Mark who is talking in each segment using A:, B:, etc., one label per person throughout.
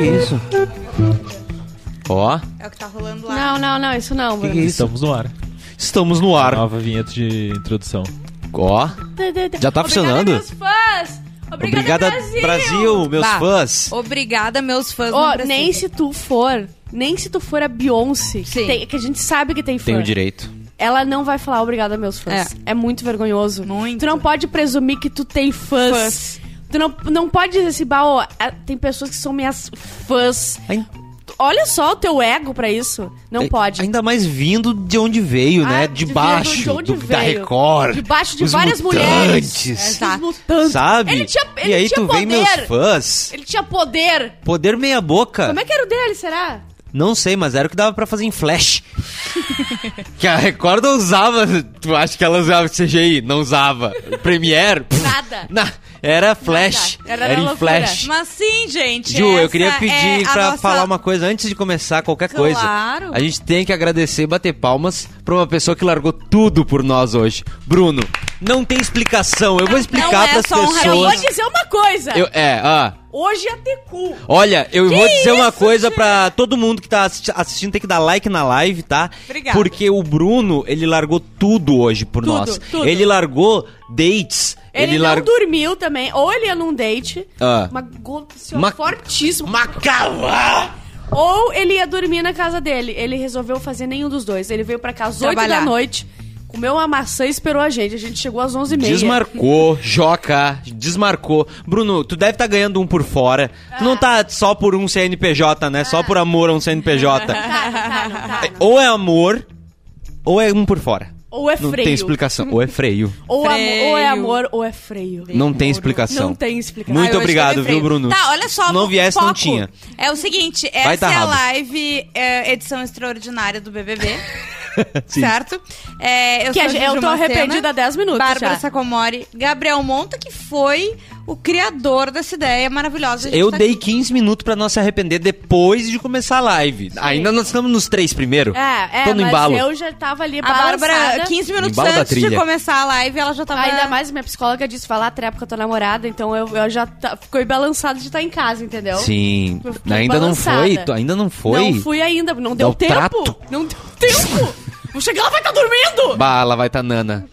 A: isso? Ó,
B: É o que tá rolando lá.
C: Não, não, não, isso não,
A: que,
C: Bruno.
A: que é isso?
D: Estamos no ar.
A: Estamos no ar.
D: Nova vinheta de introdução.
A: Ó, Já tá
C: Obrigada,
A: funcionando?
C: meus fãs! Obrigada,
A: obrigada,
C: Brasil!
A: Brasil, meus
B: Bah,
A: fãs.
B: Obrigada, meus fãs.
C: Ó,
B: não precisa.
C: nem se tu for, nem se tu for a Beyoncé, que,
B: Sim.
C: tem- que a gente sabe que tem fã,
A: Tenho direito.
C: ela não vai falar obrigada meus fãs. É, muito vergonhoso.
B: Muito.
C: Tu não pode presumir que tu tem fãs.
B: Fãs.
C: Tu não, não pode dizer assim, bah, ó, a- tem pessoas que são minhas fãs.
A: Ai,
C: Tu- Olha só o teu ego pra isso. Não
A: ai-
C: pode.
A: Ainda mais vindo de onde veio, né?
C: Ah,
A: De
C: de-
A: baixo,
C: de onde
A: do- da
C: veio.
A: Record.
C: Debaixo de
A: os
C: várias mulheres.
A: mutantes,
C: Os
B: Tá.
C: mutantes.
A: Sabe?
C: Ele tinha- ele
A: e aí
C: tinha
A: tu vem
C: poder.
A: meus fãs.
C: Ele tinha poder.
A: Poder meia boca.
C: Como é que era o dele, será?
A: Não sei, mas era o que dava pra fazer em flash. que a Record não usava. Tu acha que ela usava CGI? Não usava. Premiere? pff,
C: Nada.
A: na- era flash.
C: Nada. Era
A: Era, em
C: loucura.
A: flash.
B: Mas sim, gente.
A: Ju, eu
B: essa
A: queria pedir
B: é a
A: pra
B: nossa-
A: falar uma coisa antes de começar qualquer coisa.
B: Claro.
A: A gente tem que agradecer e bater palmas pra uma pessoa que largou tudo por nós hoje. Bruno, não tem explicação. Eu vou
B: não
A: explicar
B: é
A: pras
B: só um
C: Eu vou
A: pessoas.
C: dizer uma coisa.
A: Eu, é, ah.
C: Hoje é ter cu.
A: Olha, eu vou dizer uma
C: isso,
A: coisa
C: gente?
A: pra todo mundo que tá assisti- assistindo, tem que dar like na live, tá?
B: Obrigada.
A: Porque o Bruno, ele largou tudo hoje por
C: Tudo,
A: nós.
C: tudo.
A: Ele largou dates,
C: Ele,
A: ele,
C: não
A: largou
C: dormiu também. Ou ele ia num date.
A: Ah.
C: Uma gota assim, ó,
A: Ma-
C: fortíssima.
A: Macalá!
C: Ou ele ia dormir na casa dele. Ele resolveu fazer nenhum dos dois. Ele veio pra cá às 8 da
B: Trabalhar.
C: noite, comeu uma maçã e esperou a gente. A gente chegou às 11h30.
A: Desmarcou, joca, desmarcou. Bruno, tu deve estar ganhando um por fora. Tu
C: Ah.
A: não tá só por um CNPJ, né? Só por amor a um CNPJ.
C: Tá, não tá, não tá. não.
A: ou é amor, ou é um por fora.
C: Ou é
A: Não
C: freio.
A: tem explicação. Ou é freio.
C: Ou, amo-
B: Freio.
C: ou é amor ou é freio.
A: Não tem explicação.
C: Não tem explicação.
A: Muito
B: Ai, hoje
A: obrigado,
B: teve
A: viu,
B: freio.
A: Bruno?
B: Tá, olha só.
A: Se não
B: foco.
A: viesse, não tinha.
B: É o seguinte,
A: Vai
B: essa
A: tá
B: é a
A: rabo.
B: live é, edição extraordinária do BBB.
A: Sim.
B: certo? É, eu
C: Que
B: sou
C: a
B: a
C: gente-
B: Juju
C: eu tô
B: Macena,
C: arrependida há 10 minutos
B: Bárbara
C: já.
B: Sacomori, Gabriel Monta, que foi o criador dessa ideia maravilhosa. A gente
A: Eu
B: tá
A: dei
B: aqui.
A: 15 minutos pra nós se arrepender depois de começar a live. Ainda nós estamos nos três primeiro.
C: É, é,
A: Tô no
C: mas
A: embalo.
C: eu já tava ali
B: A Bárbara, 15 minutos
A: Embalo da
B: antes de
A: trilha.
B: começar a live, ela já tava...
C: Ainda mais minha psicóloga disse, vai lá trepa com a tua namorada, então eu, eu já tá, ficou balançado de estar em casa, entendeu?
A: Sim.
C: Eu fiquei
A: Ainda não
C: balançada.
A: foi? Tu ainda não foi?
C: Não fui ainda, não deu
A: o
C: tempo.
A: trato.
C: Não deu tempo. Vou chegar lá, vai estar dormindo.
A: Bala, vai tá nana.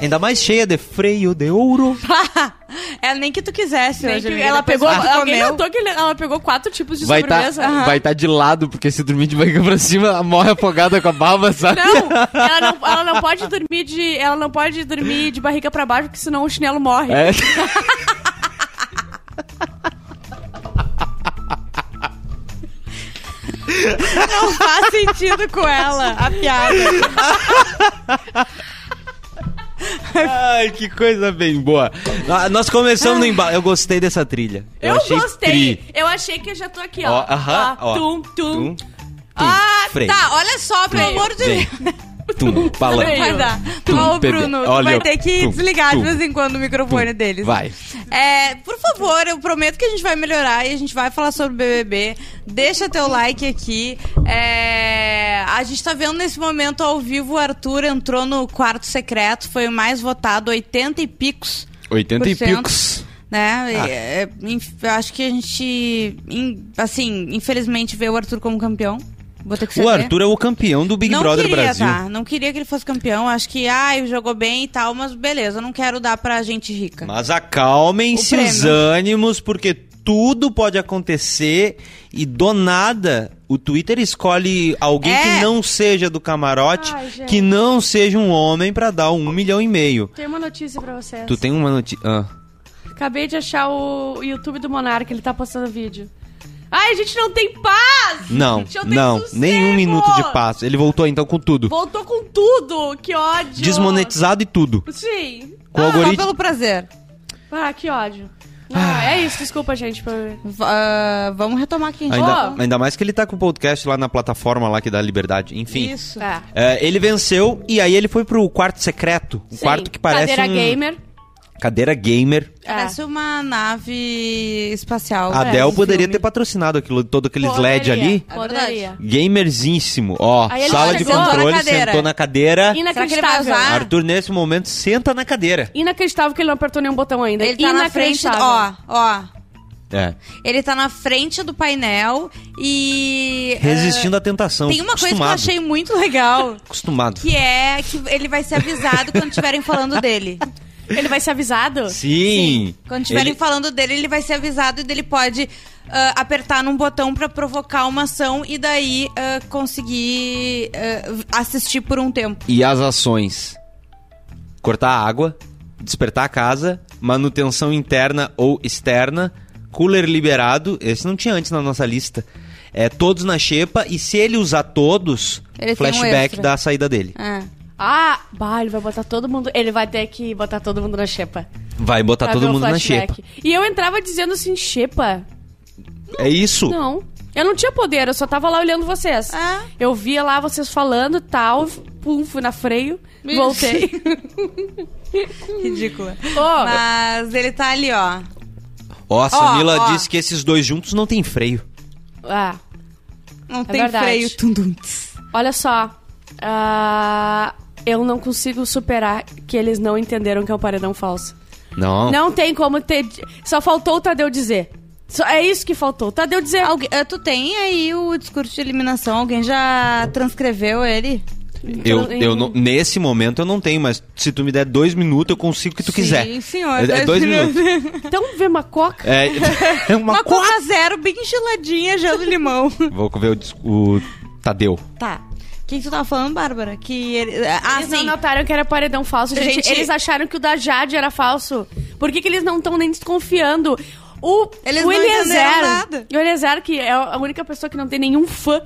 A: Ainda mais cheia de freio de ouro.
C: Tá
B: é nem que tu quisesse
C: Nem
B: hoje.
C: que-
B: amiga,
C: ela
B: depois
C: pegou,
B: que tu
C: alguém tá
B: comeu.
C: notou que ele- ela pegou quatro tipos de
A: Vai tá,
C: sobremesa. Aham.
A: vai tá de lado, porque se dormir de barriga pra cima, morre afogada com a barba, sabe?
C: Não, ela não, ela não pode dormir de, ela não pode dormir de barriga pra baixo, porque senão o chinelo morre.
A: É.
B: Não faz sentido com ela, a piada.
A: Ai, que coisa bem boa. Ah, Nós começamos no embalo. Eu gostei dessa trilha.
C: Eu,
A: achei
C: gostei.
A: tri.
C: Eu achei que eu já tô aqui,
A: Ó,
C: ó.
A: aham,
C: Ó,
A: ó.
C: Tum, tum.
A: Tum, tum,
B: Ah,
A: freio.
B: tá, olha só, pelo
C: Freio.
B: amor de
A: Vem.
B: Deus.
A: Tum, bala.
C: freio.
B: Vai dar.
A: Tum,
B: Ó, o
A: bebê.
B: Bruno, tu
A: Olha,
B: vai ter que
A: tum,
B: desligar
A: tum,
B: de vez em quando o microfone
A: tum.
B: deles.
A: Vai.
B: É, por favor, eu prometo que a gente vai melhorar e a gente vai falar sobre o BBB. Deixa teu like aqui. É, a gente tá vendo nesse momento ao vivo o Arthur entrou no quarto secreto, foi o mais votado, 80 e picos.
A: 80 e
B: por cento,
A: picos.
B: Né?
A: Ah.
B: É, é, inf- eu acho que a gente, in- assim, infelizmente vê o Arthur como campeão. Vou ter que
A: O
B: ceder.
A: Arthur é o campeão do Big
B: não
A: Brother
B: queria,
A: Brasil.
B: Tá? Não queria que ele fosse campeão. Acho que, ai, jogou bem e tal, mas beleza, eu não quero dar pra gente rica.
A: Mas acalmem-se
B: O prêmio.
A: os ânimos, porque tudo pode acontecer e do nada o Twitter escolhe alguém
B: É.
A: que não seja do camarote,
C: Ai, gente.
A: que não seja um homem pra dar um milhão e meio.
C: Tem uma notícia pra vocês.
A: Tu tem uma notícia. Ah.
C: Acabei de achar o o YouTube do Monarca, ele tá postando vídeo. Ai, a gente não tem paz!
A: Não,
C: Gente, eu tenho
A: não,
C: sossego!
A: nenhum minuto de passo. Ele voltou então com tudo.
C: Voltou com tudo! Que ódio!
A: Desmonetizado e tudo.
C: Sim.
A: Com
B: Ah,
A: algoritmo.
B: Só pelo prazer.
C: Ah, que ódio. Ah, é isso, desculpa, gente. Por...
B: V- ah, vamos retomar aqui. gente.
A: Ainda,
C: Ó.
A: ainda mais que ele tá com o podcast lá na plataforma lá que dá liberdade. Enfim.
B: Isso.
C: Ah,
A: É, ele venceu e aí ele foi pro quarto secreto. Um
C: sim.
A: quarto que parece
C: Cadeira
A: um...
C: gamer.
A: Cadeira gamer.
C: É.
B: Parece uma nave espacial. é.
A: A Dell
B: Parece
A: poderia
B: filme.
A: ter patrocinado aquilo, todo aqueles
C: Poderia,
A: LED ali.
B: É
C: Poderia.
A: Gamerzíssimo. Ó,
C: Aí ele
A: sala de
C: sentou na
A: controle,
B: cadeira.
A: sentou na cadeira.
B: Será que ele vai
C: Inacreditável.
B: usar?
A: Arthur, nesse momento, senta na cadeira.
C: Inacreditável que ele não apertou nenhum botão ainda.
B: Ele tá na tá frente,
C: Inacreditável.
B: ó, ó.
A: É.
B: Ele tá na frente do painel e.
A: Resistindo à tentação.
B: eh, Tem uma coisa que eu
A: Acostumado.
B: achei muito legal,
A: Acostumado.
B: que é que ele vai ser avisado quando estiverem falando dele.
C: Ele vai ser avisado?
A: Sim.
B: Quando estiverem
A: Ele-
B: falando dele, ele vai ser avisado e daí ele pode ah, apertar num botão pra provocar uma ação e daí ah, conseguir ah, assistir por um tempo.
A: E as ações: cortar a água, despertar a casa, manutenção interna ou externa, cooler liberado. Esse não tinha antes na nossa lista. É todos na xepa e se ele usar todos,
B: Ele tem um
A: flashback
B: extra.
A: da saída dele.
B: É.
C: Ah, bah, ele vai botar todo mundo. Ele vai ter que botar todo mundo na xepa.
A: Vai botar
C: Pra ver
A: Tá todo
C: o
A: mundo na xepa.
C: flashback. E eu entrava dizendo assim, xepa?
A: É isso.
C: Não. Eu não tinha poder, eu só tava lá olhando vocês.
B: Ah.
C: Eu via lá vocês falando tal, pum, fui na freio,
B: Isso.
C: voltei.
B: Ridícula.
C: Hum. Ó,
B: Mas ele tá ali, ó.
A: Ó, a Samila
B: ó.
A: disse que esses dois juntos não tem freio.
C: Ah,
B: Não
C: É
B: tem
C: verdade.
B: freio. Tum, tum, tss.
C: olha só. Ah, eu não consigo superar que eles não entenderam que é um paredão falso.
A: Não.
C: Não tem como ter. Só faltou o Tadeu dizer. Só- é isso que faltou. o Tadeu dizer.
B: Alguém- ah, tu tem aí o discurso de eliminação? Alguém já transcreveu ele?
A: Eu,
C: Então, em-
A: eu não- nesse momento eu não tenho, mas se tu me der dois minutos, eu consigo o que tu quiser.
B: Sim, senhor.
A: É, é dois minutos.
C: Então vê uma coca.
A: É, é uma,
B: Uma
A: co-
B: coca zero, bem geladinha, gelo e limão.
A: Vou ver o, dis- o Tadeu.
B: tá. O que, que tu tava falando, Bárbara? Que ele... Ah,
C: Eles
B: sim.
C: não notaram que era paredão falso, gente.
B: Gente-
C: Eles acharam que o da Jade era falso. Por que, que eles não estão nem desconfiando? O,
B: Eles
C: o
B: não entenderam
C: Eliezer.
B: nada.
C: O Eliezer, que é a única pessoa que não tem nenhum fã.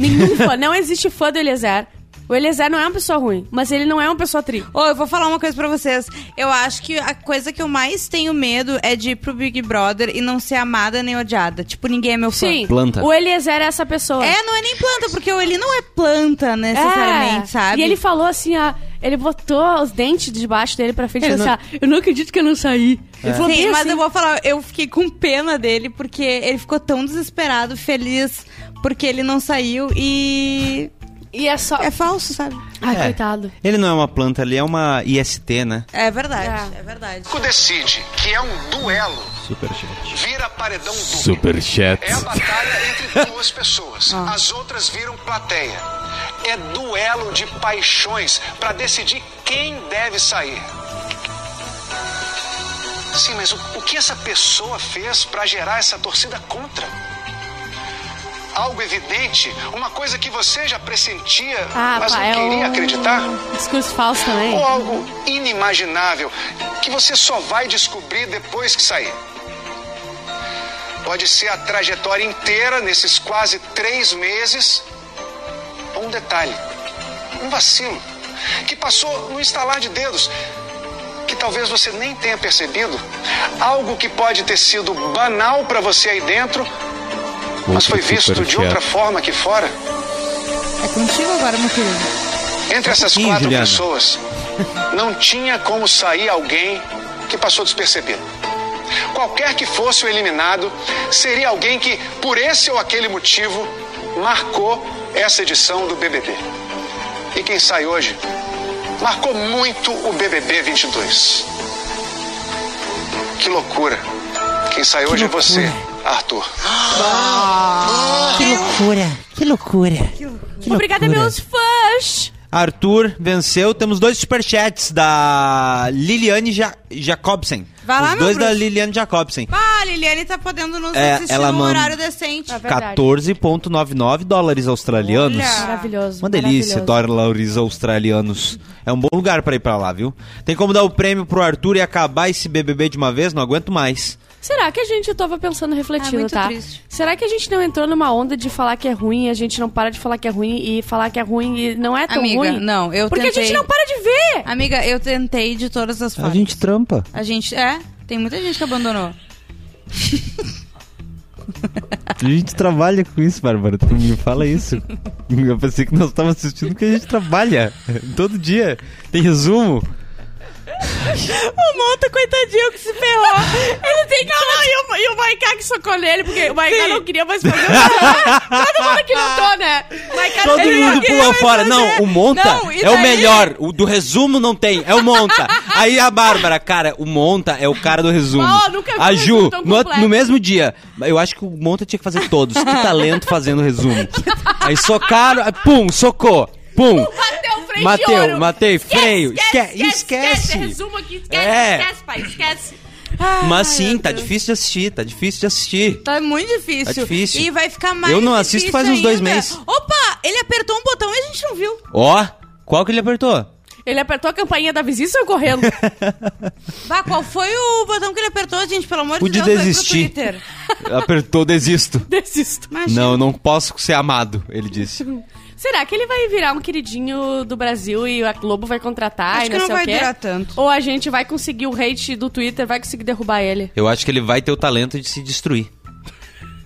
C: Nenhum fã. Não existe fã do Eliezer. O Eliezer não é uma pessoa ruim, mas ele não é uma pessoa tri.
B: Ô, eu vou falar uma coisa pra vocês. Eu acho que a coisa que eu mais tenho medo é de ir pro Big Brother e não ser amada nem odiada. Tipo, ninguém é meu fã.
C: Sim.
A: Planta.
C: O Eliezer é essa pessoa.
B: É, não é nem planta, porque ele não é planta necessariamente,
C: É.
B: sabe?
C: E ele falou assim, ó, ele botou os dentes debaixo dele pra frente e
A: Ele
C: falou assim, ó, eu não acredito que eu não saí. Ele falou
B: É. Sim,
C: bem
B: mas
C: assim.
B: eu vou falar, eu fiquei com pena dele, porque ele ficou tão desesperado, feliz, porque ele não saiu e.
C: E é só...
B: É falso, sabe?
C: Ai,
A: É.
C: coitado.
A: Ele não é uma planta, ele é uma IST, né?
B: É verdade, é, verdade.
D: Chico decide que é um duelo,
A: Superchat.
D: vira paredão duplo.
A: Superchat.
D: É a batalha entre duas pessoas.
C: Ah.
D: As outras viram plateia. É duelo de paixões para decidir quem deve sair. Sim, mas o, o que essa pessoa fez para gerar essa torcida contra? Algo evidente, uma coisa que você já pressentia,
C: Ah,
D: mas
C: pá,
D: não
C: é
D: queria
C: o-
D: acreditar?
C: Discurso falso também.
D: ou algo inimaginável que você só vai descobrir depois que sair. Pode ser a trajetória inteira nesses quase três meses ou um detalhe, um vacilo que passou no estalar de dedos que talvez você nem tenha percebido, algo que pode ter sido banal para você aí dentro, mas foi visto de outra forma aqui fora.
B: É contigo agora, meu querido.
D: Entre essas
A: Sim,
D: quatro
A: Juliana.
D: pessoas, não tinha como sair alguém que passou despercebido. Qualquer que fosse o eliminado, seria alguém que, por esse ou aquele motivo, marcou essa edição do BBB. E quem sai hoje, marcou muito o BBB 22. Que loucura. Quem sai hoje é você, Arthur.
E: Que loucura, que loucura. Que
C: Obrigada,
E: loucura.
C: meus fãs!
A: Arthur venceu. Temos dois superchats da Liliane ja Jacobsen.
B: Vai lá,
A: Os
B: meu
A: dois
B: bruxo.
A: da Liliane Jacobsen.
B: Ah, a Liliane tá podendo nos
A: É,
B: assistir
A: ela
B: num
A: manda-
B: horário decente.
C: Tá vendo? Verdade.
A: 14,99 dólares australianos.
B: Olha.
C: Maravilhoso.
A: Ah, Uma delícia,
C: maravilhoso.
A: dólares australianos. É um bom lugar pra ir pra lá, viu? Tem como dar o prêmio pro Arthur e acabar esse BBB de uma vez? Não aguento mais.
C: Será que a gente, eu tava pensando, refletindo,
B: Ah, muito
C: tá?
B: triste.
C: Será que a gente não entrou numa onda de falar que é ruim e a gente não para de falar que é ruim e falar que é ruim e não é tão
B: Amiga,
C: ruim?
B: não, eu
C: Porque a
B: tentei.
C: gente não Ah. para de ver!
B: Amiga, eu tentei de todas
A: Tá
B: as formas.
A: trampa.
B: A gente. É, tem muita gente que abandonou.
F: A gente trabalha com isso, Bárbara. Tu me fala isso. Eu pensei que nós estávamos assistindo que a gente trabalha. Todo dia. Tem resumo.
C: O Monta, coitadinho, que se ferrou. Ele tem que... Não, não, e o, e o Maiká que socou nele, porque o Maiká não queria mais fazer. Todo mundo que lutou, né? Maiká
A: Todo
C: ele não
A: mundo
C: queria
A: pula
C: mais
A: fora.
C: fazer.
A: Não, o Monta
C: Não, e
A: é o
C: daí-
A: melhor. O do resumo não tem, é o Monta. Aí a Bárbara, cara, o Monta é o cara do resumo.
C: Ó, nunca vi
A: a
C: um
A: Ju,
C: resumo tão
A: no,
C: completo.
A: no mesmo dia. Eu acho que o Monta tinha que fazer todos. Que talento fazendo resumo. Aí socaram, aí pum, socou. Pum.
C: Bateu o freio de
A: Mateu,
C: ouro.
A: matei, freio.
C: Esquece,
A: Esque-
C: esquece, esquece.
A: esquece.
C: Resumo aqui, esquece,
A: É.
C: esquece, pai, esquece.
A: Mas
B: Ai,
A: sim,
B: meu
A: tá
B: Deus.
A: difícil de assistir, tá difícil de assistir.
B: Tá muito difícil.
A: Tá difícil.
B: E vai ficar mais
A: Eu não
B: difícil
A: assisto faz uns dois
B: ainda.
A: meses.
B: Opa, ele apertou um botão e a gente não viu.
A: Ó, qual que ele apertou?
C: Ele apertou a campainha da vizinha e saiu correndo.
B: Bah, qual foi o botão que ele apertou, gente? Pelo amor
A: Pude
B: de Deus, vai pro
A: desistir.
B: Twitter.
A: Apertou, desisto.
C: Desisto.
B: Imagina.
A: Não, eu não posso ser amado, ele disse.
C: Será que ele vai virar um queridinho do Brasil e a Globo vai contratar
B: Acho
C: e
B: que não
C: não sei
B: vai
C: o quê?
B: durar tanto.
C: Ou a gente vai conseguir o hate do Twitter, vai conseguir derrubar ele.
A: Eu acho que ele vai ter o talento de se destruir.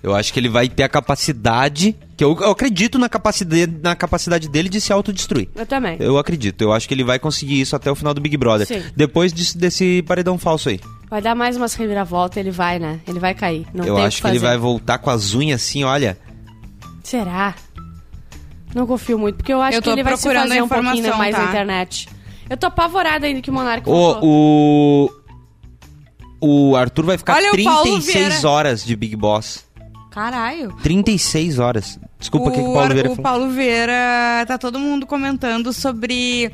A: Eu acho que ele vai ter a capacidade. Que eu, eu acredito na capacidade, na capacidade dele de se autodestruir.
C: Eu também.
A: Eu acredito. Eu acho que ele vai conseguir isso até o final do Big Brother.
C: Sim.
A: Depois disso- desse paredão falso aí.
C: Vai dar mais umas reviravoltas, ele vai, né? Ele vai cair. Não
A: eu
C: tem o
A: acho que ele
C: fazer.
A: vai voltar com as unhas assim, olha.
C: Será? Não confio muito, porque eu acho
B: Eu
C: que
B: tô
C: ele vai se
B: procurando
C: fazer
B: a
C: um pouquinho
B: informação,
C: mais na
B: tá?
C: internet. Eu tô apavorada ainda que o Monark voltou.
A: O. O. O Arthur vai ficar
B: Olha o Paulo
A: 36
B: Vieira.
A: horas de Big Boss.
B: Caralho.
A: 36 horas. Desculpa, o que, que o Paulo Vieira
B: o
A: falou?
B: Paulo Vieira, tá todo mundo comentando sobre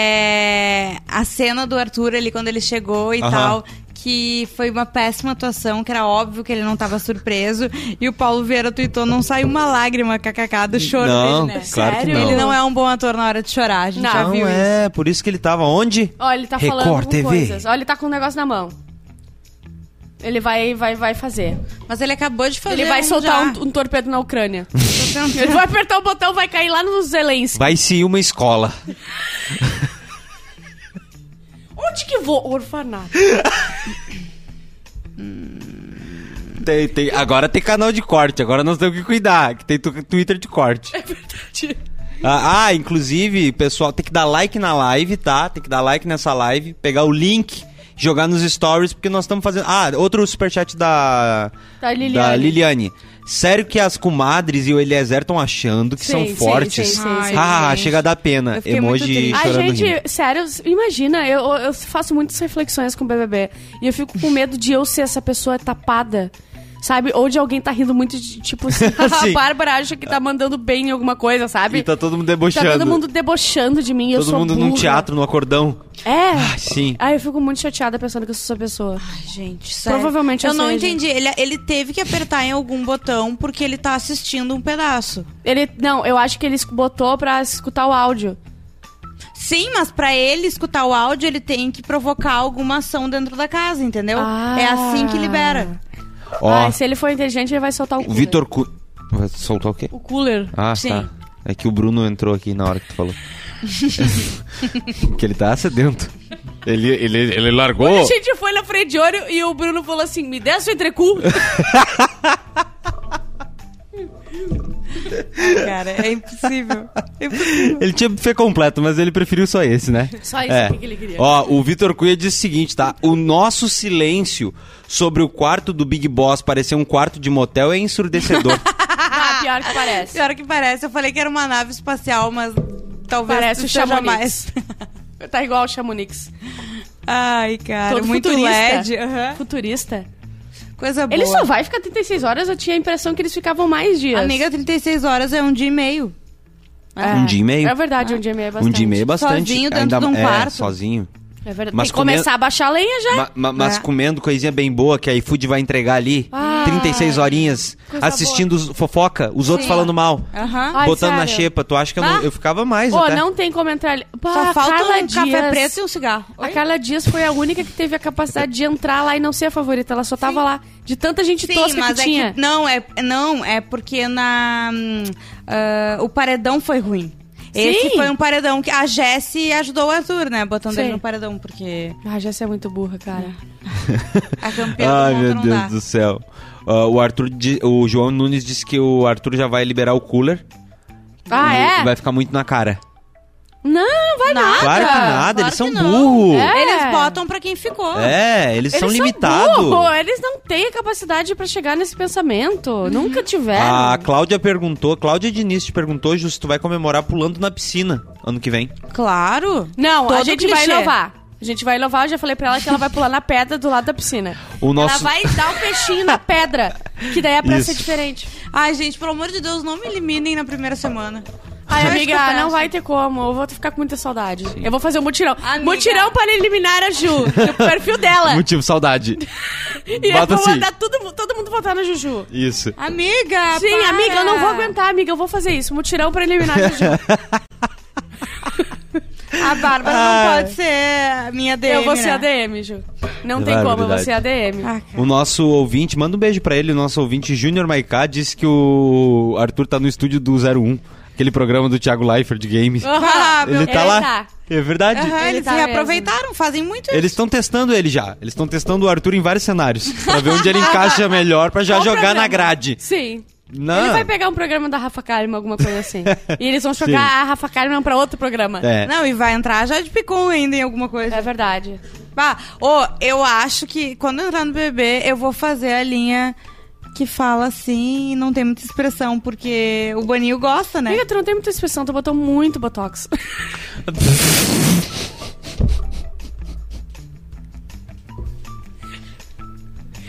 B: é, a cena do Arthur ali quando ele chegou e
A: Aham.
B: tal. Que foi uma péssima atuação, que era óbvio que ele não tava surpreso. E o Paulo Vieira tuitou, não saiu uma lágrima, kkk, do choro
A: Não,
B: dele, né?
A: claro que
C: Sério?
A: não.
B: Ele não é um bom ator na hora de chorar, a gente
C: Não.
B: já
A: Não
B: viu isso.
A: é, por isso que ele tava onde?
C: Ó, ele tá
A: Record
C: falando com
A: TV.
C: coisas. Ó, ele tá com um negócio na mão. Ele vai, vai, vai fazer.
B: Mas ele acabou de fazer
C: ele vai
B: um
C: soltar
B: já.
C: um, um torpedo na Ucrânia.
B: Tô tentando.
C: ele vai apertar o botão, vai cair lá no Zelensky.
A: Vai se uma escola.
C: Onde que vou? Orfanato.
A: Tem- tem- agora tem canal de corte, agora nós temos que cuidar, que tem tu- Twitter de corte. Ah, ah, inclusive, pessoal, tem que dar like na live, tá? Tem que dar like nessa live, pegar o link, jogar nos stories, porque nós estamos fazendo. Ah, outro superchat da.
C: Da Liliane.
A: da Liliane. Sério que as comadres e o Eliezer estão achando que
C: Sim,
A: são
C: sim,
A: fortes?
C: sim, sim,
B: sim.
A: ah,
B: Ai, gente.
A: chega a dar pena.
B: Eu fiquei muito
A: Emoji
B: triste.
C: A
A: chorando
C: gente,
A: rindo.
C: sério, imagina, eu, eu faço muitas reflexões com o BBB. E eu fico com medo de eu ser essa pessoa tapada. Sabe? Ou de alguém tá rindo muito, de, tipo assim, a
A: Sim.
C: Bárbara acha que tá mandando bem em alguma coisa, sabe?
A: E tá todo mundo
C: Tá
A: debochando.
C: todo mundo debochando de mim, eu
A: Todo
C: sou
A: mundo num
C: burra.
A: teatro, num acordão.
C: É.
A: Ah, sim.
C: Aí eu fico muito chateada pensando que eu sou essa pessoa.
B: Gente, sério.
C: Provavelmente eu
B: eu não
C: sei,
B: entendi. Ele, ele teve que apertar em algum botão porque ele tá assistindo um pedaço.
C: Ele, não, eu acho que ele botou pra escutar o áudio.
B: Sim, mas pra ele escutar o áudio, ele tem que provocar alguma ação dentro da casa, entendeu?
C: Ah.
B: É assim que libera.
A: Ó,
C: Ah, se ele for inteligente, ele vai soltar o
A: o
C: cooler.
A: Vitor Cu... Vai soltar o quê?
C: O cooler.
A: Ah,
B: Sim.
A: tá. É que o Bruno entrou aqui na hora que tu falou. que ele tá sedento. Ele, ele, ele largou.
C: A gente foi na frente de olho e o Bruno falou assim: me dê a sua entrecu.
B: Cara, é impossível.
A: Ele tinha buffet completo, mas ele preferiu só esse, né?
C: Só esse aqui que ele queria.
A: Ó, o Vitor Cunha disse o seguinte, tá? O nosso silêncio sobre o quarto do Big Boss parecer um quarto de motel é ensurdecedor.
C: ah, pior que parece.
B: Pior que parece, eu falei que era uma nave espacial, mas talvez
C: Parece o
B: seja
C: Chamonix.
B: mais.
C: Tá igual o Chamonix.
B: Ai, cara,
C: Todo
B: muito
C: futurista.
B: LED. aham.
C: Futurista.
B: Coisa boa.
C: Ele só vai ficar 36 horas, eu tinha a impressão que eles ficavam mais dias.
B: Amiga, 36 horas é um dia e meio.
C: É.
A: Um dia e meio.
C: É verdade, um dia e meio é
A: um
C: bastante.
A: dia e meio é bastante.
B: Sozinho dentro de um
A: é,
B: quarto.
A: sozinho.
C: É verdade.
A: Mas
C: Tem que começar
A: comendo-
C: a baixar a lenha já.
A: Ma- ma- mas
B: É.
A: comendo coisinha bem boa que a iFood vai entregar ali.
C: Ah,
A: 36 horinhas.
C: coisa É.
A: Assistindo os- fofoca, os outros
B: Sim.
A: falando mal.
B: Aham.
C: Ai,
A: botando na
C: Ah, sério.
A: xepa. Tu acha que eu, não-
B: Ah.
A: eu ficava mais
C: Pô,
A: até.
C: não tem como entrar ali. Pá,
B: Só
C: a
B: falta
C: Carla
B: um café
C: Ah, Dias.
B: preto e um cigarro.
C: A Carla Dias foi a única que teve a capacidade de entrar lá e não ser a favorita. Ela só tava lá. De tanta gente tosca
B: mas
C: que tinha.
B: É que, não, é, não, é porque na. hum, ah, o paredão foi ruim. Esse
C: Sim.
B: foi um paredão que a Jessie ajudou o Arthur, né? Botando
C: Sim.
B: ele no paredão, porque
C: Ah, já é muito burra, cara.
B: a campeã
A: Ai,
B: do mundo
A: meu
B: não
A: Deus
B: dá.
A: do céu. Ah, o, Arthur di- o João Nunes disse que o Arthur já vai liberar o cooler.
C: Ah,
A: e
C: é?
A: Vai ficar muito na cara.
C: Não, vai vai nada.
A: Claro que nada,
B: Claro
A: eles são É.
B: que não.
A: burros. É,
C: É.
B: Eles botam pra quem ficou.
A: eles, são
C: Ah. burro,
A: limitados.
C: Eles não têm a capacidade pra chegar nesse pensamento.
B: Uhum.
C: Nunca tiveram.
A: A Cláudia perguntou, Cláudia Diniz te perguntou, Ju, se tu vai comemorar pulando na piscina ano que vem.
B: Claro.
C: Não, a
B: Todo
C: gente vai
B: clichê.
C: inovar. A gente vai inovar, eu já falei pra ela que ela vai pular na pedra do lado da piscina.
A: O nosso-
C: Ela vai dar o peixinho na pedra, que daí é pra ser
A: Isso.
C: diferente.
B: Ai, gente, pelo amor de Deus, não me eliminem na primeira semana.
C: Ai,
B: Acho
C: amiga,
B: que eu peço.
C: não vai ter como. Eu vou ficar com muita saudade. Eu vou fazer um mutirão.
B: Amiga.
C: Mutirão para eliminar a Ju, do perfil dela.
A: Motivo saudade.
C: e eu
A: bota
C: vou
A: assim.
C: mandar tudo, todo mundo votar na Juju.
A: Isso.
B: Amiga!
C: Sim,
B: para.
C: amiga, eu não vou aguentar, amiga. Eu vou fazer isso. Mutirão pra eliminar a Juju.
B: A Bárbara não pode ser minha DM.
C: eu vou ser
B: né?
C: a DM, Ju. Não tem como, eu vou
A: Barbaridade.
C: ser a DM.
B: Ah, cara.
A: O nosso ouvinte, manda um beijo pra ele, o nosso ouvinte Júnior Maiká disse que o Arthur tá no estúdio do 01, aquele programa do Thiago Leifert de games.
B: Ah, meu
A: ele tá
C: ele
A: lá.
C: tá.
A: É verdade.
B: Aham,
C: Ele
B: eles
C: tá
B: se
C: mesmo.
B: aproveitaram, fazem muito
A: Eles estão testando ele já. Eles estão testando o Arthur em vários cenários. Pra ver onde ele encaixa melhor pra já
C: Qual o
A: jogar
C: programa?
A: na grade.
C: Sim.
A: Não.
C: Ele vai pegar um programa da Rafa Kalimann, alguma coisa assim. e eles vão jogar
A: Sim.
C: a Rafa Kalimann pra outro programa.
A: É.
B: Não, e vai entrar a Jade Picon ainda em alguma coisa.
C: É verdade.
B: Bah, ô, eu acho que quando eu entrar no BBB, eu vou fazer a linha que fala assim e não tem muita expressão, porque o Boninho gosta, né?
C: Amiga, tu não tem muita expressão, tu botou muito Botox.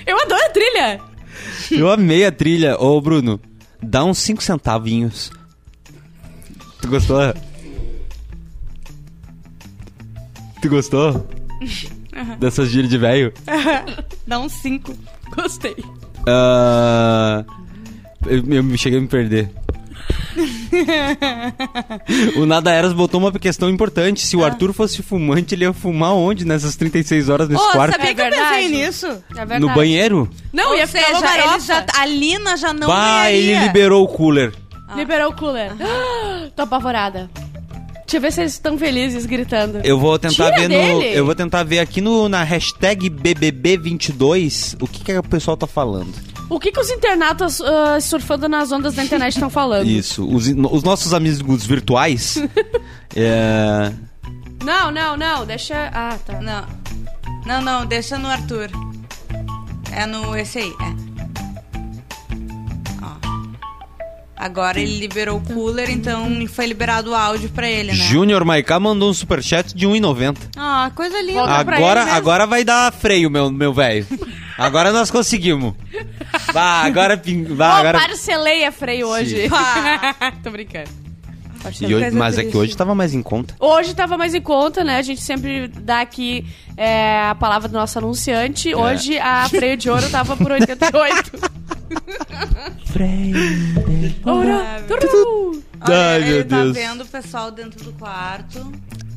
C: Eu adoro a trilha!
A: Eu amei a trilha. Ô, Bruno, dá uns 5 centavinhos. Tu gostou? Tu gostou? Dessas gírias de velho?
B: Dá uns cinco.
C: Gostei.
A: Ah, eu, eu me cheguei a me perder. o Nada Eras botou uma questão importante. Se o Arthur fosse fumante, ele ia fumar onde nessas 36 horas nesse
B: Ô,
A: quarto?
B: sabia
C: É
B: que eu
C: verdade.
B: pensei nisso?
C: É verdade.
A: No banheiro?
C: Não,
B: Ou
C: ia
B: seja,
C: ficar uma farofa.
B: ele já, a Lina já não
A: Bah,
B: ganharia.
A: ele liberou o cooler.
C: Liberou o cooler. Tô apavorada. Deixa eu ver se eles estão felizes gritando.
A: Eu vou tentar
C: Tira
A: ver no.
C: dele.
A: Eu vou tentar ver aqui no, na hashtag BBB22 o que, que o pessoal tá falando.
C: O que, que os internautas ah, surfando nas ondas da internet estão falando?
A: Isso. Os, os nossos amigos virtuais. é,
C: Não, não, não, deixa. Ah, tá.
B: Não. Não, não, deixa no Arthur. É no esse aí, é. Ó. Agora ele liberou o cooler, então foi liberado o áudio pra ele, né?
A: Júnior Maiká mandou um superchat de 1,90.
B: Ah, coisa linda.
C: Volta pra
A: Agora,
C: ele né? mesmo.
A: agora vai dar freio, meu meu velho. Agora nós conseguimos. Vá, agora. pin- Vá,
C: Pô,
A: Ah, agora...
C: parcelei a freio hoje.
B: Pá.
C: Tô brincando.
A: E hoje-
B: coisa
A: mas é que
B: triste.
A: hoje tava mais em conta.
C: Hoje tava mais em conta, né? A gente sempre dá aqui é, a palavra do nosso
A: É.
C: anunciante. Hoje a freio de ouro tava por 88. ouro. Tururu.
B: Olha,
A: Ai,
B: ele
A: meu
B: tá
A: Deus.
B: vendo o pessoal dentro do quarto.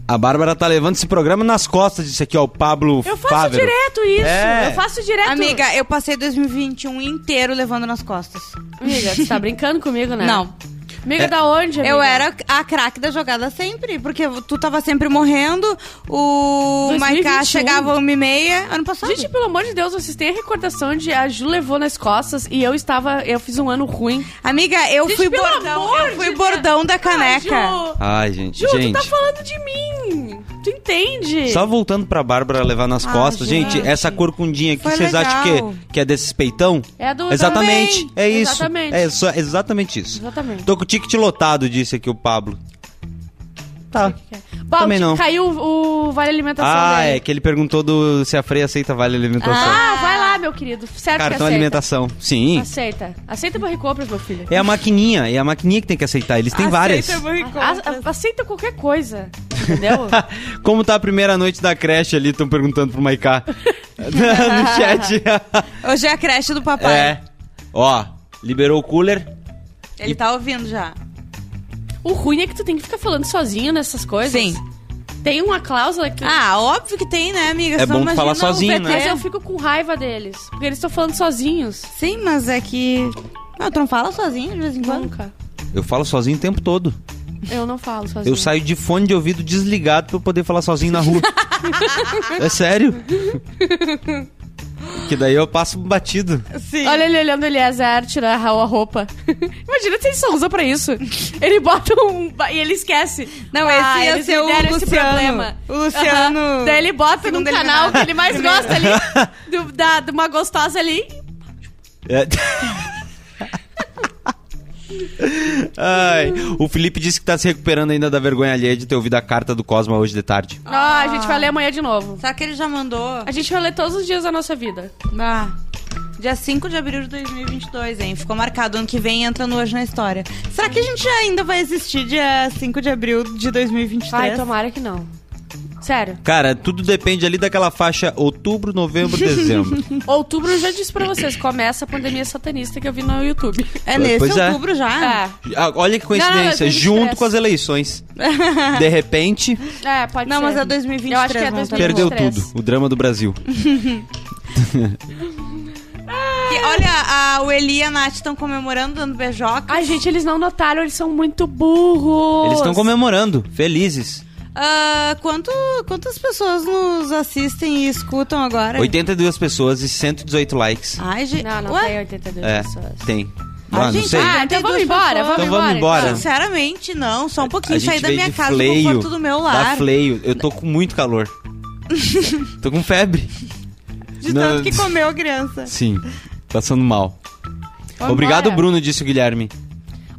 A: A Bárbara tá levando esse programa nas costas disso aqui, ó. O Pablo
C: Eu faço
A: Fávero.
C: direto isso.
A: É.
C: Eu faço direto.
B: Amiga, eu passei 2021 inteiro levando nas costas.
C: Amiga, você tá brincando comigo, né?
B: Não.
A: É.
C: Amiga, da onde?
B: Eu
C: amiga?
B: era a craque da jogada sempre, porque tu tava sempre morrendo, o
C: 2021.
B: Maiká chegava uma e meia ano passado.
C: Gente, pelo amor de Deus, vocês têm a recordação de a Ju levou nas costas e eu estava. Eu fiz um ano ruim.
B: Amiga, eu
C: Gente,
B: fui
C: pelo
B: bordão.
C: amor
B: Eu fui
C: de
B: bordão
C: Deus.
B: da caneca.
C: Ah,
A: Ai, gente.
C: Ju, Ju
A: gente.
C: tu tá falando de mim. Tu entende?
A: Só voltando pra Bárbara levar nas
B: Ah,
A: costas, gente,
B: gente.
A: essa corcundinha aqui,
B: Foi
A: vocês
B: legal.
A: acham que, que é desses peitão?
C: É do-
A: Exatamente,
C: também.
A: é isso.
C: Exatamente.
A: É só- exatamente isso.
C: Exatamente.
A: Tô com o ticket lotado, disse aqui o Pablo. Tá.
C: Bom,
A: Também não.
C: é? caiu o o Vale Alimentação
A: Ah,
C: dele.
A: é que ele perguntou do se a Freia aceita vale alimentação.
C: Ah, vai lá, meu querido. Certo que
A: Cartão
C: aceita.
A: alimentação. Sim.
C: Aceita. Aceita Barry Compras, meu filho.
A: É a maquininha, é a maquininha que tem que aceitar. Eles têm várias.
C: A- a- aceita qualquer coisa. Entendeu?
A: Como tá a primeira noite da creche ali, estão perguntando pro Maiká. no chat.
B: Hoje é a creche do papai.
A: é. Ó, liberou o cooler.
B: Ele tá ouvindo já.
C: o ruim é que tu tem que ficar falando sozinho nessas coisas.
B: Sim.
C: Tem uma cláusula que.
B: Ah, óbvio que tem, né, amiga?
A: É
B: Só
A: bom
B: imagina
A: falar
B: o
A: sozinho,
B: PT.
A: né?
C: Mas eu fico com raiva deles. Porque eles estão falando sozinhos.
B: Sim, mas é que. Não, tu não fala sozinho de vez em quando?
C: Nunca.
A: Eu falo sozinho o tempo todo.
C: Eu não falo sozinho.
A: Eu saio de fone de ouvido desligado pra eu poder falar sozinho na rua. é sério? Que daí eu passo batido.
B: Sim.
C: Olha ele olhando o Eliezer tirar a a roupa. Imagina se ele só usa pra isso. Ele bota um. ba- E ele esquece.
B: Não,
C: Ah,
B: esse ia
C: eles
B: ser
C: me
B: o
C: deram esse
B: Luciano.
C: problema.
B: O Luciano-
C: Aham. Daí ele bota num
B: Segundo
C: canal
B: eliminado.
C: que ele mais gosta ali. do- da, de uma gostosa ali.
A: É. Ai, o Felipe disse que tá se recuperando ainda da vergonha alheia de ter ouvido a carta do Cosma hoje de tarde.
C: Ó,
B: Ah.
C: a gente vai ler amanhã de novo.
B: Será que ele já mandou?
C: A gente vai ler todos os dias da nossa vida.
B: Ah, dia 5 de abril de 2022, hein? Ficou marcado. Ano que vem entra no Hoje na História. Será que a gente ainda vai existir dia 5 de abril de 2023?
C: Ai, tomara que não. Sério.
A: Cara, tudo depende ali daquela faixa outubro, novembro, dezembro.
C: Outubro, eu já disse pra vocês, começa a pandemia satanista que eu vi no YouTube.
B: É nesse
A: Pois é.
B: outubro já?
C: É.
A: Ah, Olha que
C: Não, não,
A: coincidência,
C: não,
A: junto
C: estresse.
A: com as eleições. De repente,
C: É, pode
B: Não,
C: ser.
B: mas é 2023,
C: Eu acho que é
B: vamos
C: 2023.
A: perdeu tudo. O drama do Brasil.
B: Que, olha, a, o Eli e a Nath estão comemorando, dando beijoca.
C: Ai, gente, eles não notaram, eles são muito burros.
A: Eles estão comemorando, felizes.
B: Ah, quanto, quantas pessoas nos assistem e escutam agora?
A: 82 pessoas e 118 likes.
B: Ai, gente.
C: Não, não
B: Ué?
C: tem 82
A: É,
C: pessoas.
A: tem.
B: Ah,
A: Ah, não
B: gente,
A: sei.
B: ah,
C: Ah, então vamos embora, vamos
A: Então
C: embora.
A: vamos embora.
C: então.
B: Sinceramente, não. Só um
A: A
B: pouquinho.
A: gente
B: Sair da
A: veio
B: minha
A: de
B: casa
A: fleio,
B: pro conforto do meu
A: Tá
B: lar.
A: fleio. Eu tô com muito calor. tô com febre.
B: De
A: Não,
B: tanto que comeu a criança.
A: Sim, tá passando mal. Obrigado,
C: então. embora.
A: Bruno, disse o Guilherme.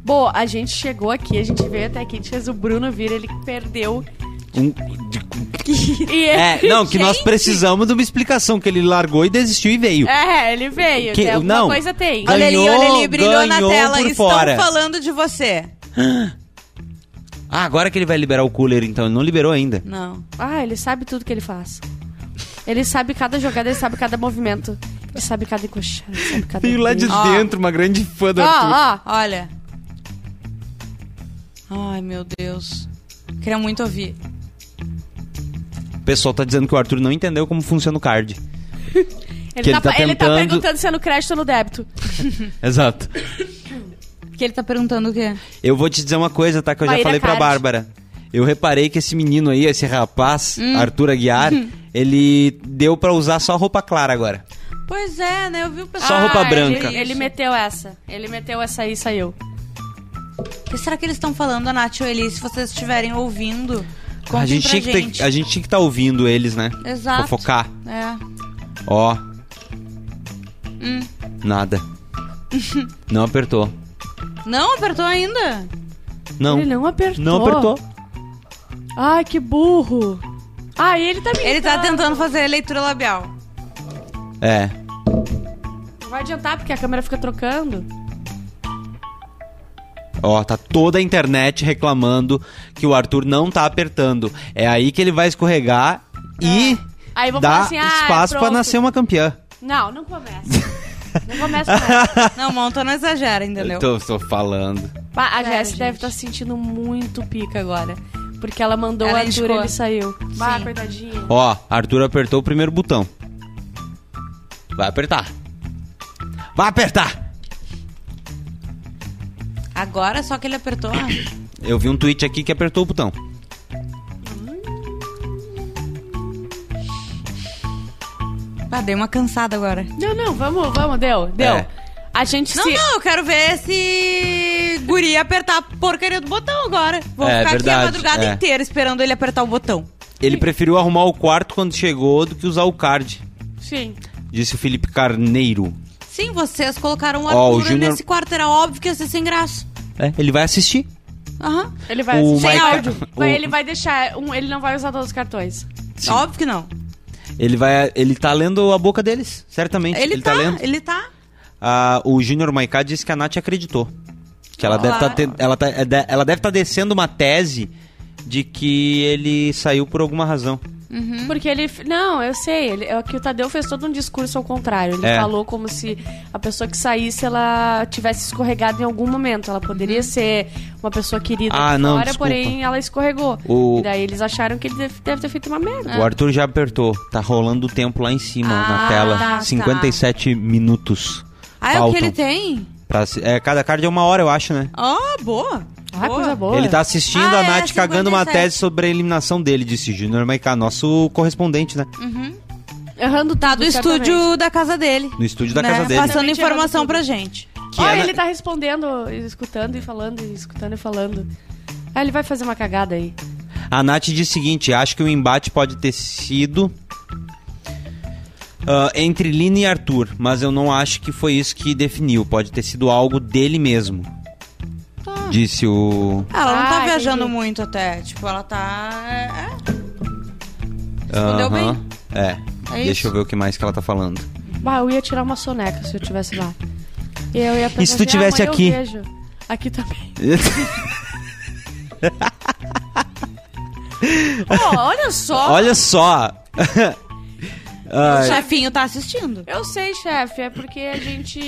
C: Bom, a gente chegou aqui, a gente veio até aqui, a gente fez o Bruno vir, ele que perdeu.
A: Um-
C: E
A: É,
C: ele-
A: não, que nós
C: Gente,
A: precisamos de uma explicação, que ele largou e desistiu e veio.
C: É, ele veio.
A: Que-
C: Que, alguma
A: não.
C: coisa tem.
A: Olha-
B: Olha ali, olha ali,
A: Ganhou,
B: brilhou na
A: ganhou
B: tela.
A: por
B: Estão
A: fora.
B: falando de você.
A: Ah, agora que ele vai liberar o cooler, então. Ele não liberou ainda.
B: Não.
C: Ah, ele sabe tudo que ele faz. Ele sabe cada jogada, ele sabe cada movimento. Ele sabe cada encoxada, ele sabe cada...
B: Ó. dentro
A: uma grande fã do
C: Ó, ó.
B: Olha. Ai, meu Deus. Queria muito ouvir.
A: O pessoal tá dizendo que o Arthur não entendeu como funciona o card.
C: Ele,
A: Que
C: tá,
A: ele tá
C: pa- ele tá
A: tentando-
C: perguntando se é no crédito ou no débito.
A: Exato.
B: Porque ele tá perguntando o quê?
A: Eu vou te dizer uma coisa, tá? Que eu já
C: Maíra
A: falei pra
C: Card.
A: Bárbara. Eu reparei que esse menino aí, esse rapaz,
C: Hum.
A: Arthur Aguiar, ele deu pra usar só roupa clara agora.
B: Pois é, né? Eu vi o pessoal.
A: Só roupa
C: ele-
A: branca.
C: Ah, Ele, meteu essa. Ele meteu essa aí e saiu.
B: O que será que eles estão falando, a Nath e o Eli? Se vocês estiverem ouvindo, contem
A: a gente
B: pra
A: tinha que
B: gente.
A: ter- a gente tinha que estar ouvindo eles, né?
B: Exato.
A: Fofocar.
B: É.
A: Ó.
C: Hum.
A: Nada. não apertou.
B: Não apertou ainda?
A: Não.
C: Ele não apertou.
A: Não apertou.
C: Ai, que burro. Ah, e ele tá me
B: Ele tá
C: imitando.
B: tentando fazer a leitura labial.
A: É.
C: Não vai adiantar, porque a câmera fica trocando.
A: Ó, tá toda a internet reclamando que o Arthur não tá apertando. É aí que ele vai escorregar e
C: É. Aí vão
A: dá
C: falar assim, ah,
A: espaço pra
C: pronto.
A: nascer uma campeã.
C: Não, não começa. não começa mais.
B: Não, Monta não exagera, entendeu?
A: Então, Eu tô, tô falando.
C: A
B: Sério,
C: Jess
B: gente.
C: deve estar tá sentindo muito pica agora. Porque ela mandou
B: Ela
C: a Arthur e
B: indicou.
C: ele saiu. Bah,
B: Sim.
C: coitadinho.
A: Ó, Arthur apertou o primeiro botão. Vai apertar. Vai apertar!
B: Agora só que ele apertou. ó.
A: Eu vi um tweet aqui que apertou o botão.
B: Ah, dei uma cansada agora.
C: Não, não, vamos, vamos, deu, deu.
A: É.
C: A gente
B: Não,
C: se...
B: não, eu quero ver esse guri apertar a porcaria do botão agora. Vou
A: É,
B: ficar aqui a
A: verdade,
B: madrugada
A: é.
B: inteira esperando ele apertar o botão.
A: Ele preferiu arrumar o quarto quando chegou do que usar o card,
C: Sim.
A: disse o Felipe Carneiro.
B: Sim, vocês colocaram o
A: Ó, o
B: Arthur
A: Júnior-
B: nesse quarto, era óbvio que ia ser sem graça.
A: É, ele vai assistir.
B: Aham.
C: Ele vai...
A: O
C: sem
A: Maica-
C: áudio.
A: o-
C: Vai, Ele vai deixar... Um, ele não vai usar todos os cartões.
B: Óbvio que não.
A: Ele vai, ele tá lendo a boca deles, certamente.
B: Ele, tá,
A: tá, lendo.
B: ele tá.
A: Ah, o Júnior Maiká disse que a Nath acreditou. Que ela deve tá
B: Claro.
A: ten- ela tá, é de- ela deve estar descendo uma tese de que ele saiu por alguma razão. Uhum.
C: Porque ele. Não, eu sei. Ele, é que o Tadeu fez todo um discurso ao contrário. Ele
A: É.
C: falou como se a pessoa que saísse ela tivesse escorregado em algum momento. Ela poderia ser uma pessoa querida
A: Uhum. Ah,
C: aqui
A: não,
C: fora,
A: desculpa.
C: porém ela escorregou.
A: O-
C: E daí eles acharam que ele deve, deve ter feito uma merda.
A: O Arthur já apertou. Tá rolando o tempo lá em cima, na
B: Ah,
A: tela.
B: tá.
A: 57 minutos.
B: Ah, é o que
A: faltam
B: ele tem?
A: pra se- é, cada card é uma hora, eu acho, né?
B: Ó, boa.
C: Ah, coisa boa.
A: Ele tá assistindo
B: Ah,
A: a
B: é,
A: Nath cagando uma
B: 57.
A: tese sobre a eliminação dele, disse Júnior Maiká, nosso correspondente, né?
C: Errando
B: Tá do estúdio da casa dele.
A: No estúdio da
B: né?
A: casa dele.
B: Passando
C: Certamente
B: informação
C: errando
B: pra gente.
A: Que
C: Ó,
A: é na-
C: ele tá respondendo, escutando e falando, e escutando e falando. Ah, ele vai fazer uma cagada aí.
A: A Nath diz o seguinte: acho que o embate pode ter sido ah, entre Lina e Arthur, mas eu não acho que foi isso que definiu. Pode ter sido algo dele mesmo. Disse o.
B: Ah, Ela não tá
C: Ah,
B: viajando
C: entendi.
B: muito até. Tipo, ela tá. É. Respondeu
A: ah, Aham.
B: bem.
A: É.
B: É
A: Deixa
B: isso.
A: eu ver o que mais que ela tá falando.
C: Bah, eu ia tirar uma soneca se eu tivesse lá. E eu ia pensar
A: E se tu
C: assim,
A: tivesse
C: "Ah, amanhã
A: aqui?"
C: Eu vejo. Aqui também. Pô, olha só.
A: Olha só!
B: O chefinho tá assistindo.
C: Eu sei, chefe, é porque a gente.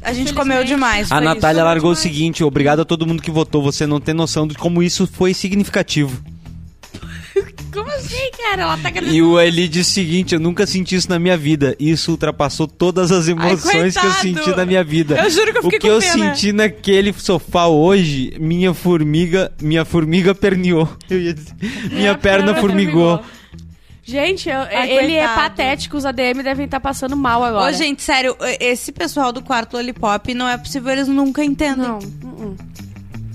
B: A gente
C: Infelizmente.
B: comeu demais.
A: A
B: foi
A: Natália
B: isso. é
A: largou
C: demais.
A: o seguinte: obrigado a todo mundo que votou. Você não tem noção de como isso foi significativo.
C: Como assim, cara? Ela tá
A: E o Eli disse o seguinte: eu nunca senti isso na minha vida. Isso ultrapassou todas as emoções que eu
B: coitado.
A: senti na minha vida.
B: Eu juro que eu fiquei
A: O que
B: com
A: eu
B: pena.
A: senti naquele sofá hoje, minha formiga, minha formiga perniou. Eu ia dizer, minha perna formigou.
C: Gente, eu-
B: Ai,
C: ele é
B: coitado.
C: patético, os ADM devem estar passando mal agora.
B: Ô, gente, sério, esse pessoal do quarto Lollipop não é possível, eles nunca entendem.
C: Não. uh-uh.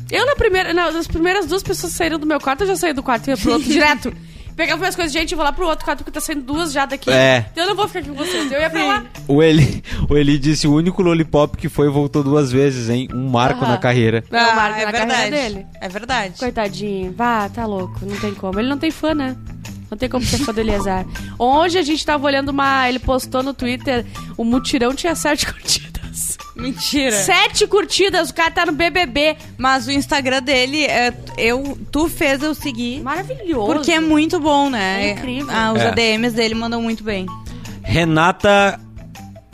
C: Eu na primeira. na- nas primeiras duas pessoas que saíram do meu quarto, eu já saí do quarto e ia pro outro direto. Pegava minhas coisas, gente, eu vou lá pro outro quarto porque tá saindo duas já daqui.
A: É.
C: Então eu não vou ficar aqui com vocês. Eu ia pra lá.
A: O Eli, o Eli disse: o único lollipop que foi voltou duas vezes, hein? Um marco
C: Aham.
A: na
B: Ah,
A: carreira.
C: É o Marco na carreira dele.
B: É verdade.
C: Coitadinho, vá, tá louco, não tem como. Ele não tem fã, né? Não tem como ser fã do Eliezer. Hoje a gente tava olhando uma. Ele postou no Twitter: o mutirão tinha sete curtidas.
B: Mentira.
C: Sete curtidas, o cara tá no BBB.
B: Mas o Instagram dele, é, eu, tu fez eu seguir.
C: Maravilhoso.
B: Porque é muito bom, né?
C: É incrível.
B: Ah, os
A: É.
B: ADMs dele mandam muito bem.
A: Renata,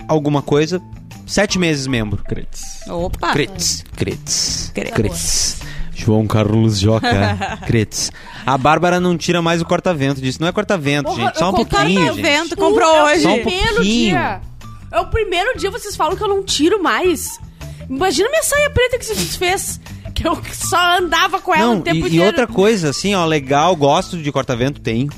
A: alguma coisa? Sete meses membro.
F: Cretes.
C: Ah.
B: Opa!
A: Cretes, Cretes,
B: Cretes.
A: Cretes. João Carlos Joca, Cretes. A Bárbara não tira mais o corta-vento. Disse, não é corta-vento,
C: Porra,
A: gente. Só
C: eu
A: um
C: cortava
A: pouquinho,
B: Corta o
A: gente.
B: vento, comprou hoje.
A: Só
C: É
A: um
C: o primeiro
A: pouquinho.
C: dia. É o primeiro dia vocês falam que eu não tiro mais. Imagina minha saia preta que se desfez. Que eu só andava com ela
A: Não,
C: o tempo
A: e, e
C: inteiro.
A: outra coisa, assim, ó, legal, gosto de corta-vento, tenho.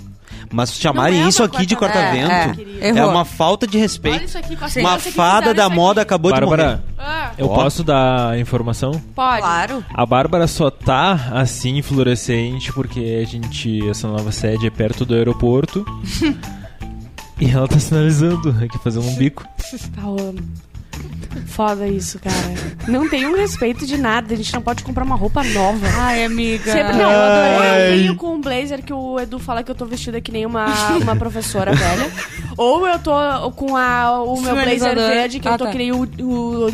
A: Mas chamarem
C: Não é
A: isso
C: uma
A: aqui de
C: corta-
A: corta-vento
B: É,
A: é,
B: é. Errou.
A: uma falta de
C: Olha
A: respeito.
C: isso aqui, com a
A: Uma
C: criança que
A: fada
C: fizeram
A: da
C: isso
A: moda
C: aqui.
A: acabou de
F: Bárbara,
A: morrer.
C: Ah,
A: Ó.
G: Eu posso dar informação?
C: pode.
B: Claro.
G: A Bárbara só tá assim fluorescente porque a gente, essa nova sede é perto do aeroporto. e ela tá sinalizando aqui fazendo um bico.
C: Tá, eu amo. Foda isso, cara. Não tem um respeito de nada. A gente não pode comprar uma roupa nova.
B: Ai, amiga.
C: Sempre, não, eu adorei. Eu venho com um blazer que o Edu fala que eu tô vestida que nem uma, uma professora velha. Ou eu tô com a, o meu blazer
B: Finalizador.
C: verde, que eu
B: Ah,
C: tô
B: tá.
C: que nem o, o,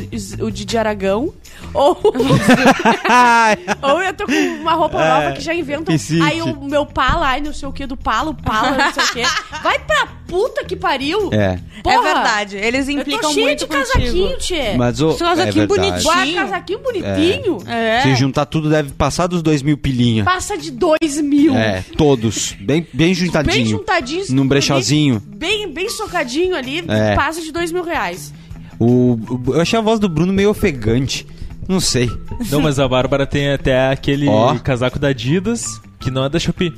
C: o Didi Aragão. Ou, ou eu tô com uma roupa
A: É,
C: nova que já inventam.
F: Piscite.
C: Aí o meu pala, ai não sei o que, do palo, pala, não sei o que. Vai pra puta que pariu!
A: É.
C: Porra,
B: É verdade, eles
C: Eu
B: implicam
C: tô cheia
B: muito
C: de
B: contigo.
C: casaquinho, tchê.
A: Mas o.
B: Esse casaquinho
A: é verdade.
B: bonitinho.
C: Guarda casaquinho bonitinho.
B: É.
A: Se juntar tudo, deve passar dos dois mil pilinha.
C: Passa de dois mil.
A: É, todos. Bem, bem juntadinho.
C: Bem juntadinho. se
A: Num
C: tu
A: brechazinho.
C: ali, Bem, bem socadinho ali,
A: É.
C: passa de dois mil reais.
A: O, o- eu achei a voz do Bruno meio ofegante. Não sei.
G: Não, mas a Bárbara tem até aquele
A: Ó.
G: casaco da Adidas que não é da Shopee.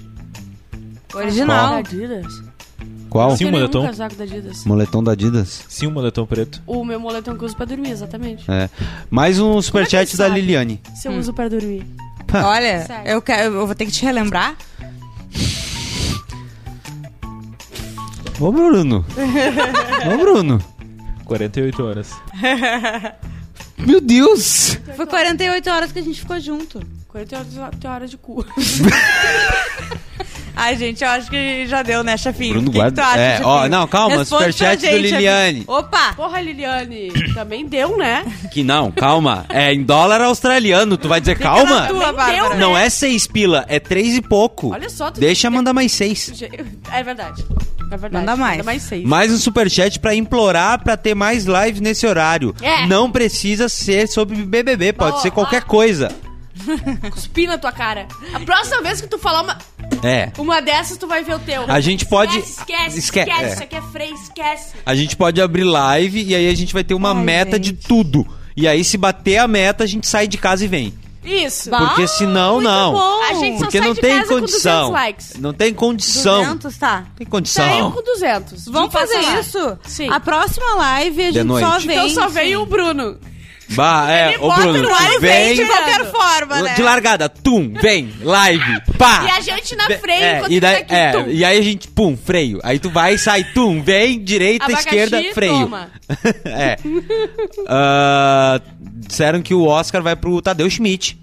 B: Original.
C: Adidas?
A: Qual?
G: Sim,
C: Tem
G: o
C: nenhum
G: moletom.
C: um casaco da Adidas.
A: Moletom da Adidas.
G: Sim, um moletom preto.
C: O meu moletom que eu uso pra dormir, exatamente.
A: É. Mais um superchat
C: ele
A: da
C: é sabe?
A: Liliane.
C: Se eu uso pra dormir.
B: Olha,
C: Sério.
B: eu, quero, eu vou ter que te relembrar.
A: Ô, Bruno. Ô, Bruno.
G: 48 horas.
A: Meu Deus.
B: Foi 48 horas que a gente ficou junto.
C: 48 horas- horas de cu.
B: Ai, gente, eu acho que já deu, né, chefinho?
A: Bruno
B: O que que
A: guarda-
B: tu acha,
A: é,
B: chefinho?
A: ó, não, calma,
B: Responde pra
A: superchat do
B: gente,
A: Liliane.
B: chefinho. Opa!
C: Porra, Liliane, também deu, né?
A: Que não, calma. É em dólar australiano. Tu vai dizer calma?
B: na tua,
C: Também
B: Bárbara.
C: deu, né?
A: Não é seis pila, é três e pouco.
C: Olha só, tu-
A: Deixa mandar mais seis.
C: É verdade. É verdade.
B: Manda mais.
C: Manda mais seis.
A: Mais um superchat pra implorar pra ter mais live nesse horário.
C: É.
A: Não precisa ser sobre BBB, pode
C: Ó,
A: ser qualquer
C: ó.
A: coisa.
C: Cuspi na tua cara. A próxima vez que tu falar uma,
A: É.
C: uma dessas, tu vai ver o teu.
A: A gente pode-
C: Esquece, esquece,
A: Esque-
C: esquece.
A: é.
C: Isso aqui é freio, esquece.
A: A gente pode abrir live e aí a gente vai ter uma
B: Ai,
A: meta de tudo. E aí, se bater a meta, a gente sai de casa e vem.
C: Isso.
A: Porque senão, não.
B: bom.
C: A gente
A: Porque
C: só sai
A: não
C: de
A: tem
C: casa
A: condição.
C: com 200 likes.
A: Não tem condição.
B: 200, tá?
A: Tem
C: Saiu
A: condição.
C: com 200.
B: Vamos
C: De
B: fazer
C: cancelar.
B: isso?
C: Sim.
B: A próxima live a gente
A: noite.
B: só vem.
C: Então só veio o Bruno.
A: Bah, é,
C: Ele
A: ô
C: bota
A: Bruno,
C: no ar e
A: vem.
B: de qualquer forma, né?
A: De largada, tum, vem, live, pá.
C: E a gente na frente,
A: Ah. É,
C: enquanto
A: e, daí-
C: isso aqui,
A: é,
C: tum.
A: e aí a gente, pum, freio. Aí tu vai, sai, tum, vem, direita,
C: Abacaxi,
A: esquerda, freio.
C: toma.
A: é. Ah, disseram que o Oscar vai pro Tadeu Schmidt.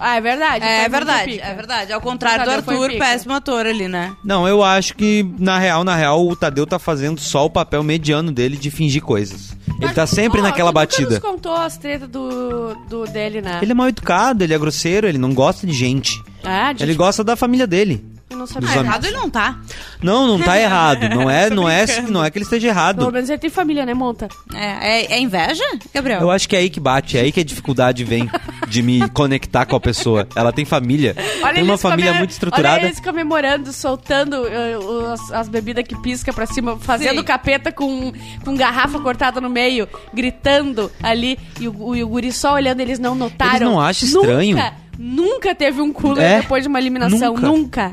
C: Ah, é verdade.
B: É,
C: Então,
B: verdade,
C: pica.
B: é verdade. Ao contrário do
C: Tadeu foi
B: Arthur,
C: pica.
B: péssimo ator ali, né?
A: Não, eu acho que, na real, na real, o Tadeu tá fazendo só o papel mediano dele de fingir coisas. Ele
C: Mas,
A: tá sempre
C: ó,
A: naquela
C: tu
A: batida.
C: Nunca nos contou as tretas do, do dele, né?
A: Ele é mal educado, ele é grosseiro, ele não gosta de gente.
C: Ah, gente,
A: Ele gosta da família dele.
C: eu não
A: dos
C: sabia.
B: Ah,
A: amigos.
B: errado ele não tá.
A: Não, não tá errado. Não é, não é, não é que ele esteja
C: Pelo
A: errado.
C: menos ele tem família, né, Monta?
B: É, é- é inveja, Gabriel?
A: Eu acho que é aí que bate, é aí que a dificuldade vem de me conectar com a pessoa. Ela tem família. tem uma
C: eles
A: família
C: comemor-
A: muito estruturada.
C: Olha eles comemorando, soltando eh, os- as bebidas que pisca pra cima, fazendo
B: Sim.
C: capeta com, com garrafa cortada no meio, gritando ali. E o, e o guri só olhando, eles não notaram.
A: Eles não acham estranho?
C: Nunca, nunca teve um cooler
A: É?
C: depois de uma eliminação.
A: Nunca.
C: Nunca.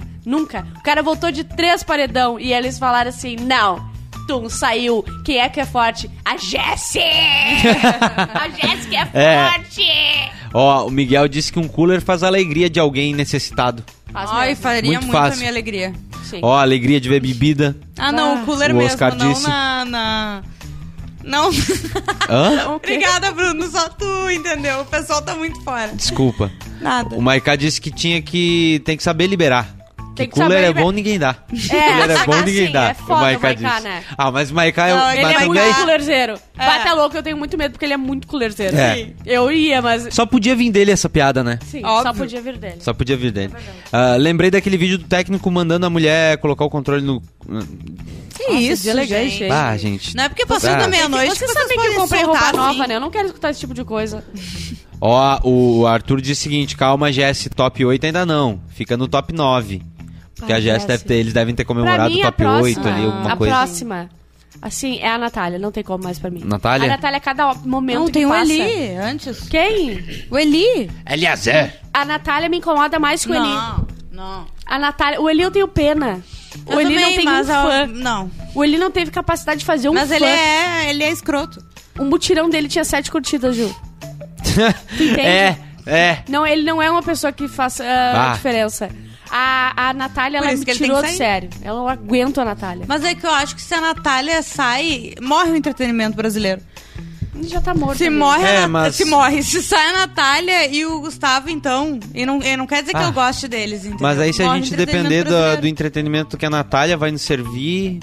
C: nunca. O cara voltou de três paredão e eles falaram assim, não... Tum, saiu. Quem é que é forte? A Jessie! a Jessie que é
A: É.
C: forte!
A: Ó, o Miguel disse que um cooler faz a alegria de alguém necessitado.
C: Faz
B: Ai,
C: mesmo,
B: faria
A: é. Muito
B: muito,
A: fácil.
B: a minha alegria.
C: sim.
A: Ó, a alegria de ver bebida.
B: Ah, não, o cooler
A: O
B: mesmo,
A: Oscar
B: não
A: disse.
B: na... na- Não.
A: Hã?
B: Obrigada, Bruno, só tu, entendeu? O pessoal tá muito fora.
A: Desculpa.
B: Nada.
A: O Maiká disse que tinha que. tem que saber liberar.
C: Tem que
A: cooler
C: saber
A: é
C: liber-
A: bom, ninguém dá.
C: É,
A: cooler é bom,
C: assim,
A: ninguém dá.
C: é foda
A: o Maiká
C: o Maiká,
A: disse.
C: né?
A: Ah, mas o Maiká é o.
B: Não, ele
C: Ele
A: mas
C: é
A: também-
C: muito culerzeiro.
B: É.
C: Bata louco, eu tenho muito medo porque ele é muito culerzeiro.
A: É.
C: Sim. Eu ia, mas.
A: Só podia vir dele essa piada, né?
C: Sim, só
B: Óbvio.
C: podia vir dele.
A: Só podia vir
C: É
A: dele. Ah, lembrei daquele vídeo do técnico mandando a mulher colocar o controle no.
B: Que isso,
C: dia elegante,
B: gente.
C: hein?
A: Ah, gente.
B: Não é porque passou
A: Ah.
B: da meia-noite
C: Você
B: que
C: sabe
B: vocês
C: que eu
B: podem
C: comprei roupa
B: soltar, assim.
C: nova, né? Eu não quero escutar esse tipo de coisa.
A: Ó, o Arthur disse o seguinte: calma, Jess, top 8 ainda não. Fica no top 9. Porque
C: Ah,
A: a Jess
C: Jess.
A: deve ter, eles devem ter
C: pra
A: comemorado
C: mim,
A: o
C: a
A: top
C: próxima.
A: 8 ali, alguma
C: a
A: coisa.
C: próxima, assim, é a Natália. Não tem como mais pra mim.
A: Natália?
C: A Natália, a cada momento.
B: Não,
C: que
B: tem o
C: passa...
B: Eli antes.
C: Quem?
B: O Eli?
A: Aliás, é.
C: A Natália me incomoda mais que o Eli.
B: Não, não.
C: A Natália. O Eli eu tenho pena.
B: Eu
C: o Eli não
B: também,
C: tem um
B: mas a-
C: fã.
B: Não.
C: O Eli não teve capacidade de fazer um
B: Mas
C: fã.
B: ele é, ele é escroto.
C: O mutirão dele tinha sete curtidas, Ju. Tu entende?
A: É, é.
C: Não, ele não é uma pessoa que faça ah,
A: Ah.
C: diferença. A, a Natália,
B: Por
C: ela
B: isso
C: me
B: que ele tem
C: tirou
B: que
C: do
B: sair.
C: sério. Eu não aguento a Natália.
B: Mas é que eu acho que se a Natália sai, morre o entretenimento brasileiro.
C: Ele já tá morto.
B: Se
C: né?
B: morre, a
A: É,
B: Nat-
A: mas-
B: se morre. Se sai a Natália e o Gustavo, então. E não, e não quer dizer
A: Ah.
B: que eu goste deles, entendeu?
A: Mas aí se a
B: Morre o
A: gente
B: entretenimento
A: depender do,
B: brasileiro.
A: do entretenimento que a Natália vai nos servir,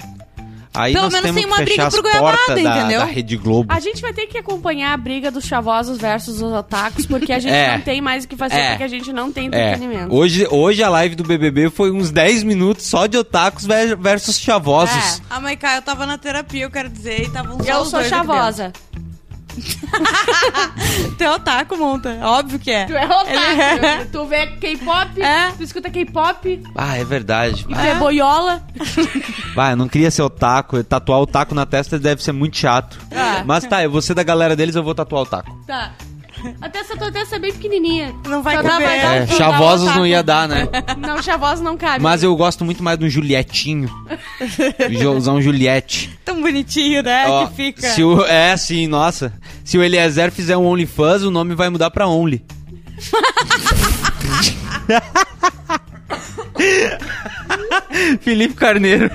A: aí
B: Pelo
A: nós
B: menos
A: temos
B: tem uma
A: que
B: briga
A: fechar as
B: pro Goiabada,
A: portas da,
B: entendeu? Ah,
A: da Rede Globo.
C: A gente vai ter que acompanhar a briga dos chavosos versus os otakus, porque a gente
A: É.
C: não tem mais o que fazer,
A: É.
C: porque a gente não tem
A: É,
C: entretenimento.
A: hoje, hoje a live do BBB foi uns 10 minutos só de otakus ver- versus chavosos.
B: Ah, Maiká, eu tava na terapia, eu quero dizer, e tava um
C: Eu sou chavosa.
B: Teu otaku, monta. Óbvio que é.
C: Tu é otaku.
B: Ele-
C: Tu vê K-pop,
B: É.
C: tu escuta K-pop, tu
A: Ah, é verdade. Ah,
C: é boiola.
A: Vai, eu não queria ser otaku. Tatuar o taco na testa deve ser muito chato.
B: É.
C: Ah.
A: Mas tá, eu vou ser da galera deles, eu vou tatuar o taco.
C: Tá. A testa, tua testa é bem pequenininha.
B: Não vai
C: Só dá-
B: caber.
C: vai dar um-
A: É,
C: dá um
A: chavosos não
C: otaku.
A: ia dar, né?
C: Não, chavosa não cabe.
A: Mas eu gosto muito mais de um Julietinho. Jo- Usar um Juliette.
B: Tão bonitinho, né?
A: Ó,
B: que fica.
A: Se o, é, sim, nossa. Se o Eliezer fizer um OnlyFans, o nome vai mudar pra Only. Felipe Carneiro.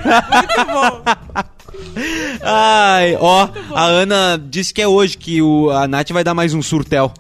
A: Ai, ó, a Ana disse que é hoje que o, a Nath vai dar mais um surtel.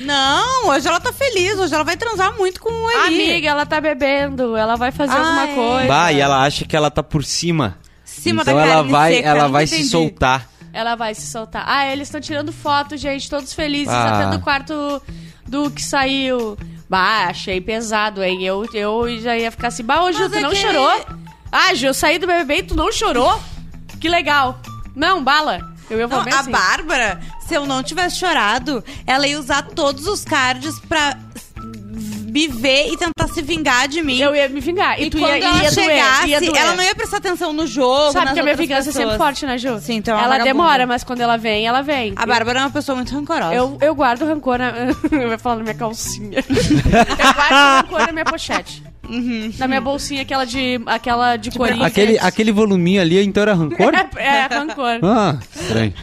B: Não, hoje ela tá feliz. Hoje ela vai transar muito com o Eli.
C: Amiga, ela tá bebendo, ela vai fazer
B: Ah,
C: alguma
B: é.
C: coisa.
A: Bah, e ela acha que ela tá por cima.
B: Cima
A: então
B: da
A: ela
B: carne
A: vai,
B: seca,
A: ela
B: não
A: vai se
B: entendi.
A: soltar.
C: Ela vai se soltar. Ah, eles estão tirando foto, gente, todos felizes,
A: Ah.
C: até do quarto do que saiu. Bah, achei pesado, hein? Eu, eu já ia ficar assim, bah, ô Ju,
B: Mas
C: tu
B: é
C: não
B: que-
C: chorou? Ah, Ju, eu saí do BBB e tu não chorou? Que legal. Não, bala. Eu ia
B: Não,
C: falar bem
B: a
C: assim.
B: Bárbara, se eu não tivesse chorado, ela ia usar todos os cards pra me ver e tentar se vingar de mim.
C: Eu ia me vingar. E,
B: E
C: tu
B: quando
C: ia,
B: ela
C: ia doer,
B: chegasse,
C: ia doer.
B: ela não ia prestar atenção no jogo.
C: Sabe
B: nas
C: que a minha
B: outras
C: vingança é
B: pessoas.
C: sempre forte, né, Ju?
B: Sim, então é uma
C: Ela
B: vagabunda.
C: demora, mas quando ela vem, ela vem.
B: A Bárbara é uma pessoa muito rancorosa.
C: Eu, eu guardo rancor na... Eu ia falar na minha calcinha. eu guardo rancor na minha pochete. Na minha bolsinha, aquela de, aquela de corinho.
A: Uhum. Tipo,
B: é.
A: Aquele, aquele voluminho ali, então era rancor?
C: É, é, rancor.
A: Ah, estranho.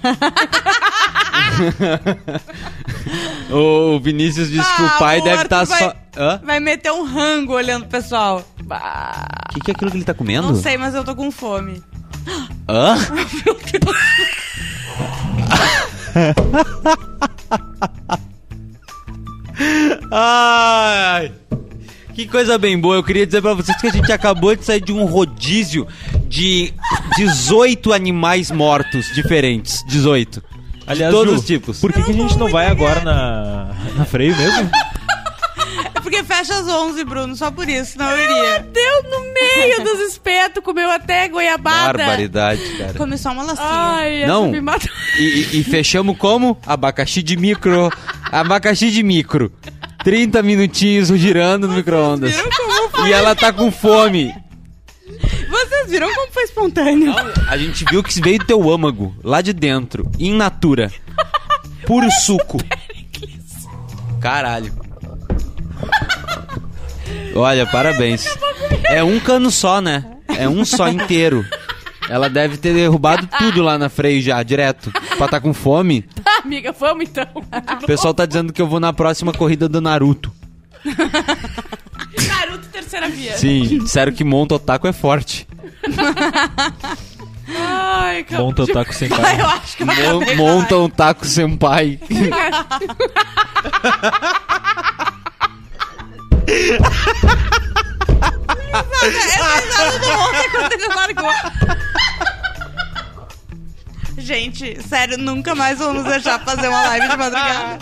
A: Ô, o Vinícius disse que
B: Ah,
A: o pai
B: o
A: deve
B: Arthur
H: tá
A: estar
B: vai-
A: só. Hã?
B: Vai meter um rango olhando o pessoal.
A: O que, que é aquilo que ele tá comendo?
B: Não sei, mas eu tô com fome.
A: Hã?
H: Ai! Que coisa bem boa. Eu queria dizer pra vocês que a gente acabou de sair de um rodízio de 18 animais mortos diferentes. 18.
G: Aliás,
H: de todos
G: Ju,
H: os tipos.
G: Por que, que a gente não vai agora na, na freio mesmo?
B: É porque fecha às 11, Bruno, só por isso, não eu iria.
C: Deu no meio dos espetos, comeu até goiabada.
H: Barbaridade, cara.
B: Comi só uma lacinha.
C: Ai, essa
A: Não.
C: me matou.
A: E, e- e fechamos como? Abacaxi de micro. Abacaxi de micro. 30 minutinhos girando no micro-ondas.
B: Viram como foi?
A: E ela tá com fome.
B: Vocês viram como foi espontâneo?
A: A gente viu que veio do teu âmago, lá de dentro, in natura. Puro suco.
H: Caralho. Olha, parabéns. É um cano só, né? É um só inteiro.
A: Ela deve ter derrubado tudo lá na freio já, direto. Pra tá com fome.
C: Tá, amiga, vamos então.
A: O pessoal tá dizendo que eu vou na próxima corrida do Naruto.
C: Naruto, terceira via.
A: Sim, disseram que monta otaku é forte.
C: Ai, cara.
G: Bom tá Totaco sem
B: Ai,
G: cara.
B: eu acho que eu
A: Mon
B: acabei.
A: monta um taco senpai.
B: É quando ele largou. Gente, sério, nunca mais vamos deixar fazer uma live de madrugada.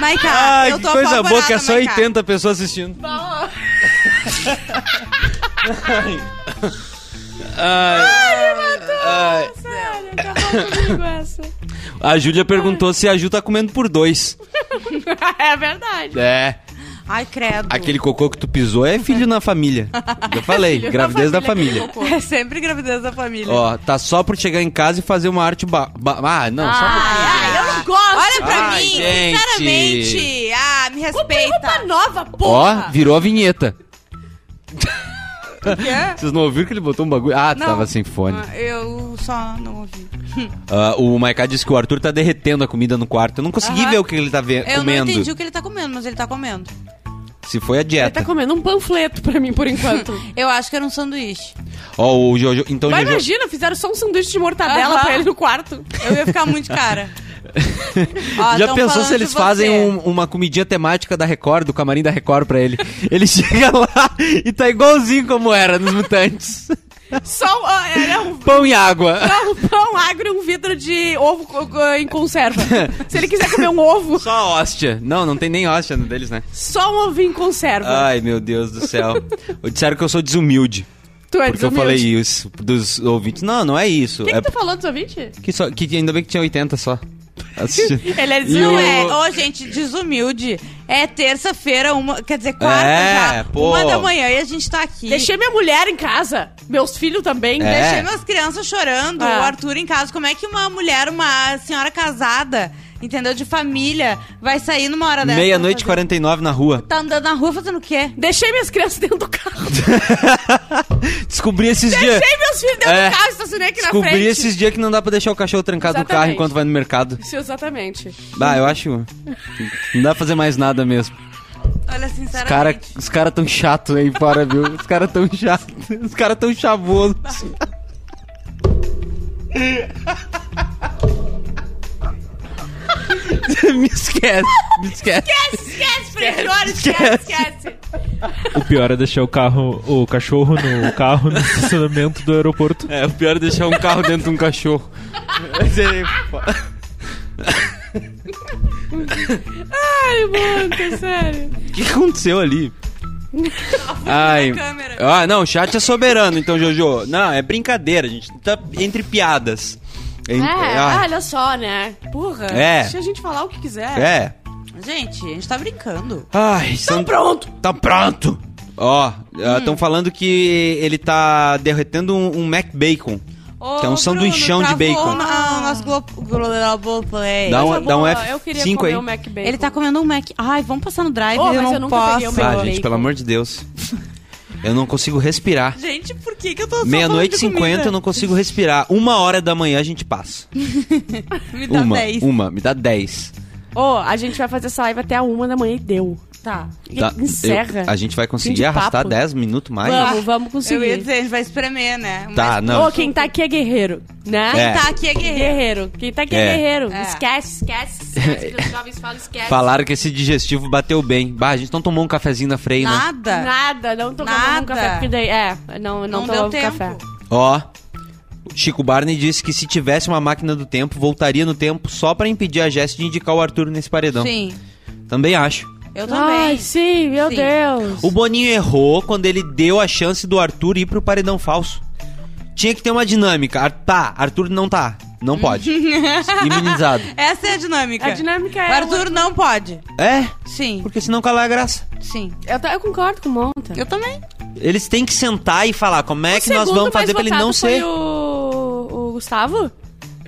B: Maiká,
A: Ai,
B: eu
A: que
B: tô
A: coisa boa que é
B: apavorada, né,
A: só
B: Maiká.
A: 80 pessoas assistindo.
C: Sério, acabou comigo essa.
A: A Júlia perguntou se a Ju tá comendo por dois.
C: É verdade.
A: É,
B: Ai, credo.
A: aquele cocô que tu pisou é filho na família. Eu falei, gravidez da família.
B: É sempre gravidez da família.
A: Ó, tá só por chegar em casa e fazer uma arte ba... ba- ah, não, só um pouquinho.
B: Ai, eu não gosto. Olha pra
A: Ai,
B: mim,
A: gente.
B: sinceramente. Ah, me
C: Roupa
B: respeita.
C: nova,
A: Ó,
C: porra. tá
A: virou a vinheta.
B: quê?
A: Vocês não ouviram que ele botou um bagulho? Ah,
B: Não.
A: tava sem fone.
B: Ah, Eu só não ouvi.
A: Ah, o Maiká disse que o Arthur tá derretendo a comida no quarto. Eu não consegui
B: Aham.
A: ver o que ele tá ve-
B: Eu não
A: comendo.
B: entendi o que ele tá comendo, mas ele tá comendo.
A: Se foi a
C: Ele
A: dieta.
C: tá comendo um panfleto pra mim, por enquanto.
B: Eu acho que era um sanduíche.
A: Ó, o Jojo. Então,
C: Mas
A: Jojo.
C: imagina, fizeram só um sanduíche de mortadela
B: Aham.
C: pra ele no quarto.
B: Eu ia ficar muito cara. Ó,
A: Já
B: tão
A: pensou
B: falando
A: se eles
B: de
A: fazem
B: você.
A: um- uma comidinha temática da Record, do camarim da Record pra ele? Ele chega lá e tá igualzinho como era nos Mutantes.
C: Só ó, era um
A: Pão e água.
C: pão, um pão agro e um vidro de ovo co- co- em conserva. Se ele quiser comer um ovo,
A: Só hóstia. Não, não tem nem hóstia no deles, né?
C: só um ovo em conserva.
A: Ai, meu Deus do céu. Disseram que eu sou desumilde.
C: tu é
A: Porque eu
C: desumilde.
A: falei isso dos ouvintes. Não, não é isso.
C: O que,
A: é
C: que
B: tá-
C: tu falou dos ouvintes?
A: que, só, que ainda bem que tinha 80 só. Assistindo.
C: Ele é
A: E
B: Não
A: o-
C: desumilde.
B: é, ô gente, desumilde. É terça-feira, uma, quer dizer, quarta
A: É,
B: já,
A: pô.
B: uma da manhã e a gente tá aqui.
C: Deixei minha mulher em casa, meus filhos também.
A: É.
B: Deixei minhas crianças chorando,
C: Ah.
B: o Arthur em casa. Como é que uma mulher, uma senhora casada, entendeu, de família, vai sair numa
C: Né?
B: hora dessa?
A: Meia-noite e
B: Fazer-
A: 49 na rua.
B: Tá andando na rua fazendo o quê?
C: Deixei minhas crianças dentro do carro.
A: Descobri esses dias.
C: Deixei meus filhos dentro
A: É.
C: do carro, estacionei aqui na
A: Descobri
C: frente.
A: esses dias que não dá pra deixar o cachorro trancado no carro
C: Exatamente.
A: enquanto vai no mercado.
C: Isso, exatamente.
A: Ah, eu acho. Não dá pra fazer mais nada mesmo.
B: Olha,
A: Os cara,
B: sinceramente.
A: os cara tão chato aí fora, viu? Os cara tão chato. Os cara tão chavosos. me esquece, me esquece.
C: Esquece, esquece, esquece, esquece.
G: O pior é deixar o carro, o cachorro no carro no estacionamento do aeroporto.
A: É, o pior é deixar um carro dentro de um cachorro. Esse aí, pô.
C: Ai, mano, sério.
A: O que aconteceu ali? Ai.
B: câmera.
A: Ah, não, o chat é soberano, então, Jojo. Não, é brincadeira, a gente tá entre piadas. Ent-
C: É,
A: ah,
C: olha só, né? Porra,
A: É.
C: deixa a gente falar o que quiser.
A: é.
B: Gente, a gente tá brincando.
A: Ai, estão pronto! Tá pronto! Ó,
B: Hum.
A: estão falando que ele tá derretendo um, um Mac Bacon.
B: Ô,
A: Que é um sanduichão de
B: travou
A: bacon.
B: na- Ah, o nosso Globo, Globo Play.
A: Dá um-
C: Coisa
A: dá um
C: boa,
A: F5
C: tá Eu queria
A: aí.
C: comer o Mac Bacon.
B: Ele tá comendo um Mac. Ai, vamos passar no drive, eu
C: Ô,
B: um
C: mas
B: não
C: eu nunca
B: posso.
C: peguei o
A: Ah,
C: Meu
A: gente,
C: bacon.
A: pelo amor de Deus. Eu não consigo respirar.
B: Gente, por que, que eu tô só falando
A: Meia-noite e
B: de comida?
A: 50 eu não consigo respirar. Uma hora da manhã a gente passa.
B: Me dá
A: Uma,
B: 10.
A: uma, me dá 10.
C: Ô, a gente vai fazer essa live até a uma da manhã e deu.
B: Tá.
A: Dá-
C: Encerra.
A: eu- a gente vai
C: Fim
A: conseguir
C: de
A: arrastar
C: papo.
A: 10 minutos mais?
C: Vamos, vamos
B: Eu ia
C: conseguir.
B: dizer, a gente vai espremer, né?
A: Tá,
C: Ô,
A: não.
C: quem tá aqui é guerreiro, né?
A: É.
B: Tá, aqui é guerreiro.
C: Guerreiro. Quem tá aqui é,
A: É.
C: guerreiro.
B: É.
C: Esquece, esquece, esquece. que os jovens falam, esquece.
A: Falaram que esse digestivo bateu bem. Bah, a gente não tomou um cafezinho na freia, né?
B: Nada.
C: Nada, não tô
B: Nada.
C: tomando um café, porque daí... É, não,
B: Não
C: não, tô
B: deu
C: tomando
B: tempo.
C: café.
A: Ó. o Chico Barney disse que se tivesse uma máquina do tempo, voltaria no tempo só pra impedir a Jess de indicar o Arthur nesse paredão.
B: Sim,
A: Também acho.
B: eu também.
C: Ai, sim, meu
B: Sim.
C: Deus.
A: O Boninho errou quando ele deu a chance do Arthur ir pro paredão falso. Tinha que ter uma dinâmica. Ar- tá, Arthur não tá. Não pode. Imunizado.
B: Essa é a dinâmica.
C: A dinâmica é...
B: O Arthur não pode.
A: É,
B: Sim,
A: porque senão qual é a graça?
B: sim.
C: Eu, ta- eu concordo com o Monta.
B: Eu também.
A: Eles têm que sentar e falar como é que
C: O
A: nós
C: segundo
A: vamos
C: mais
A: fazer pra ele
C: votado
A: não
C: foi
A: ser.
C: O, o Gustavo?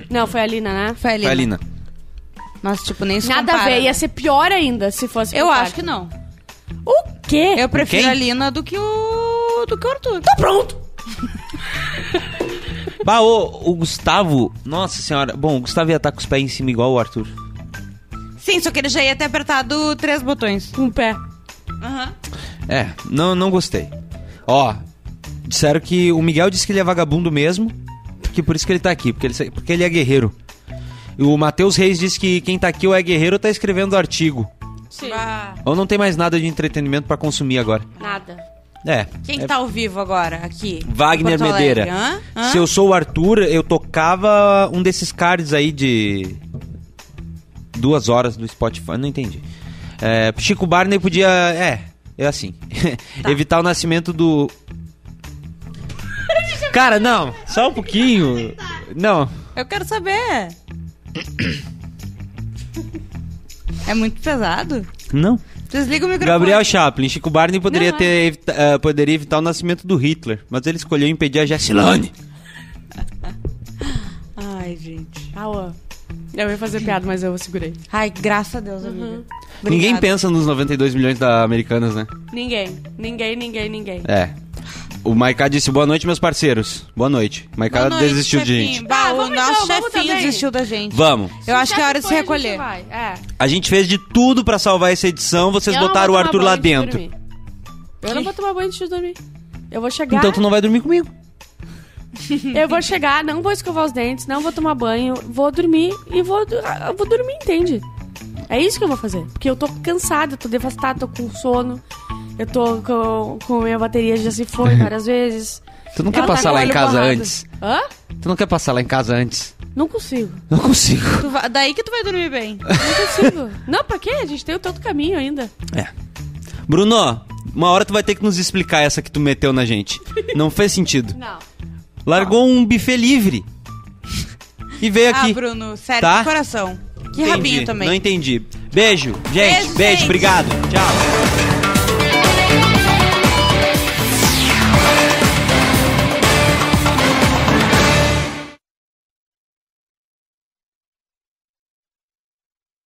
C: Não, foi a Lina, né?
B: Foi ali.
A: Vai, Lina.
B: Nossa, tipo, nem se
C: Nada
B: compara.
C: a ver, ia ser pior ainda se fosse
B: Eu
C: contrário.
B: acho que não.
C: O quê?
B: Eu prefiro
A: quem?
B: a Lina do que o. do que o Arthur. Tá pronto!
A: Bah, ô, o Gustavo, nossa senhora. Bom, o Gustavo ia estar com os pés em cima igual o Arthur.
B: Sim, só que ele já ia ter apertado três botões.
C: Com o pé.
B: Aham.
A: É, não, não gostei. Ó, disseram que o Miguel disse que ele é vagabundo mesmo, que por isso que ele tá aqui, porque ele, sa- porque ele é guerreiro. E o Matheus Reis disse que quem tá aqui ou é guerreiro ou tá escrevendo artigo.
C: Sim.
B: Ah,
A: Ou não tem mais nada de entretenimento pra consumir agora.
C: Nada.
A: É.
B: Quem
A: é
B: que tá ao vivo agora aqui?
A: Wagner
B: Porto Alegre,
A: Medeira.
B: hã? Hã?
A: Se eu sou o Arthur, eu tocava um desses cards aí de. Duas horas do Spotify. Não entendi. É, Chico Barney podia. É, é assim.
B: Tá.
A: Evitar o nascimento do. Cara, não,
H: É
A: só um pouquinho. Não.
B: Eu quero saber. é muito pesado.
A: Não.
B: Desliga o microfone.
A: Gabriel Chaplin, Chico Barney poderia
C: Não, é.
A: ter evita- eh, poderia evitar o nascimento do Hitler, mas ele escolheu impedir a Jessilane.
B: Ai, gente.
C: Ah, ó. Eu ia fazer piada, mas eu segurei.
B: Ai, graças a Deus, amiga.
A: Ninguém
B: Obrigada.
A: pensa nos 92 milhões da Americanas, né?
C: Ninguém. Ninguém, ninguém, ninguém.
A: É. O Maiká disse boa noite, meus parceiros. Boa noite. Maiká
B: Boa noite,
A: desistiu de
B: chefinho.
A: gente.
B: Bah,
C: Tá,
B: o
C: vamos
B: nosso
C: então, vamos
B: chefinho
C: também.
B: desistiu da gente.
A: Vamos.
B: Eu acho que é
C: Já
B: hora de se
C: foi, a gente
B: recolher.
C: vai. É.
A: A gente fez de tudo pra salvar essa edição, vocês
C: Eu não
A: botaram o
C: vou
B: tá
C: tomar
A: Arthur
C: banho
A: lá
C: antes de
A: dentro.
C: dormir. Eu não vou tomar banho antes de dormir. Eu vou chegar,
A: Então tu não vai dormir comigo.
C: eu vou chegar, não vou escovar os dentes, não vou tomar banho, vou dormir e vou, du- ah, eu vou dormir, entende? É isso que eu vou fazer. Porque eu tô cansada, tô devastada, tô com sono, eu tô com, com minha bateria já se foi várias vezes.
A: Tu não quer
C: Ela tá
A: passar
C: com o
A: lá em
C: olho
A: casa
C: borrado.
A: antes.
C: Hã?
A: Tu não quer passar lá em casa antes.
C: Não consigo,
A: Não consigo.
B: Tu va- Daí que tu vai dormir bem.
C: não consigo. não, pra quê? A gente tem todo caminho ainda.
A: É. Bruno, uma hora tu vai ter que nos explicar essa que tu meteu na gente. Não fez sentido.
C: Não.
A: Largou um buffet livre. E veio
B: Ah,
A: aqui.
B: Bruno, sério,
A: Tá?
B: de coração. Que
A: Entendi.
B: rabinho também.
A: Não entendi. Beijo, gente.
B: Beijo,
A: beijo
B: gente.
A: obrigado. Tchau.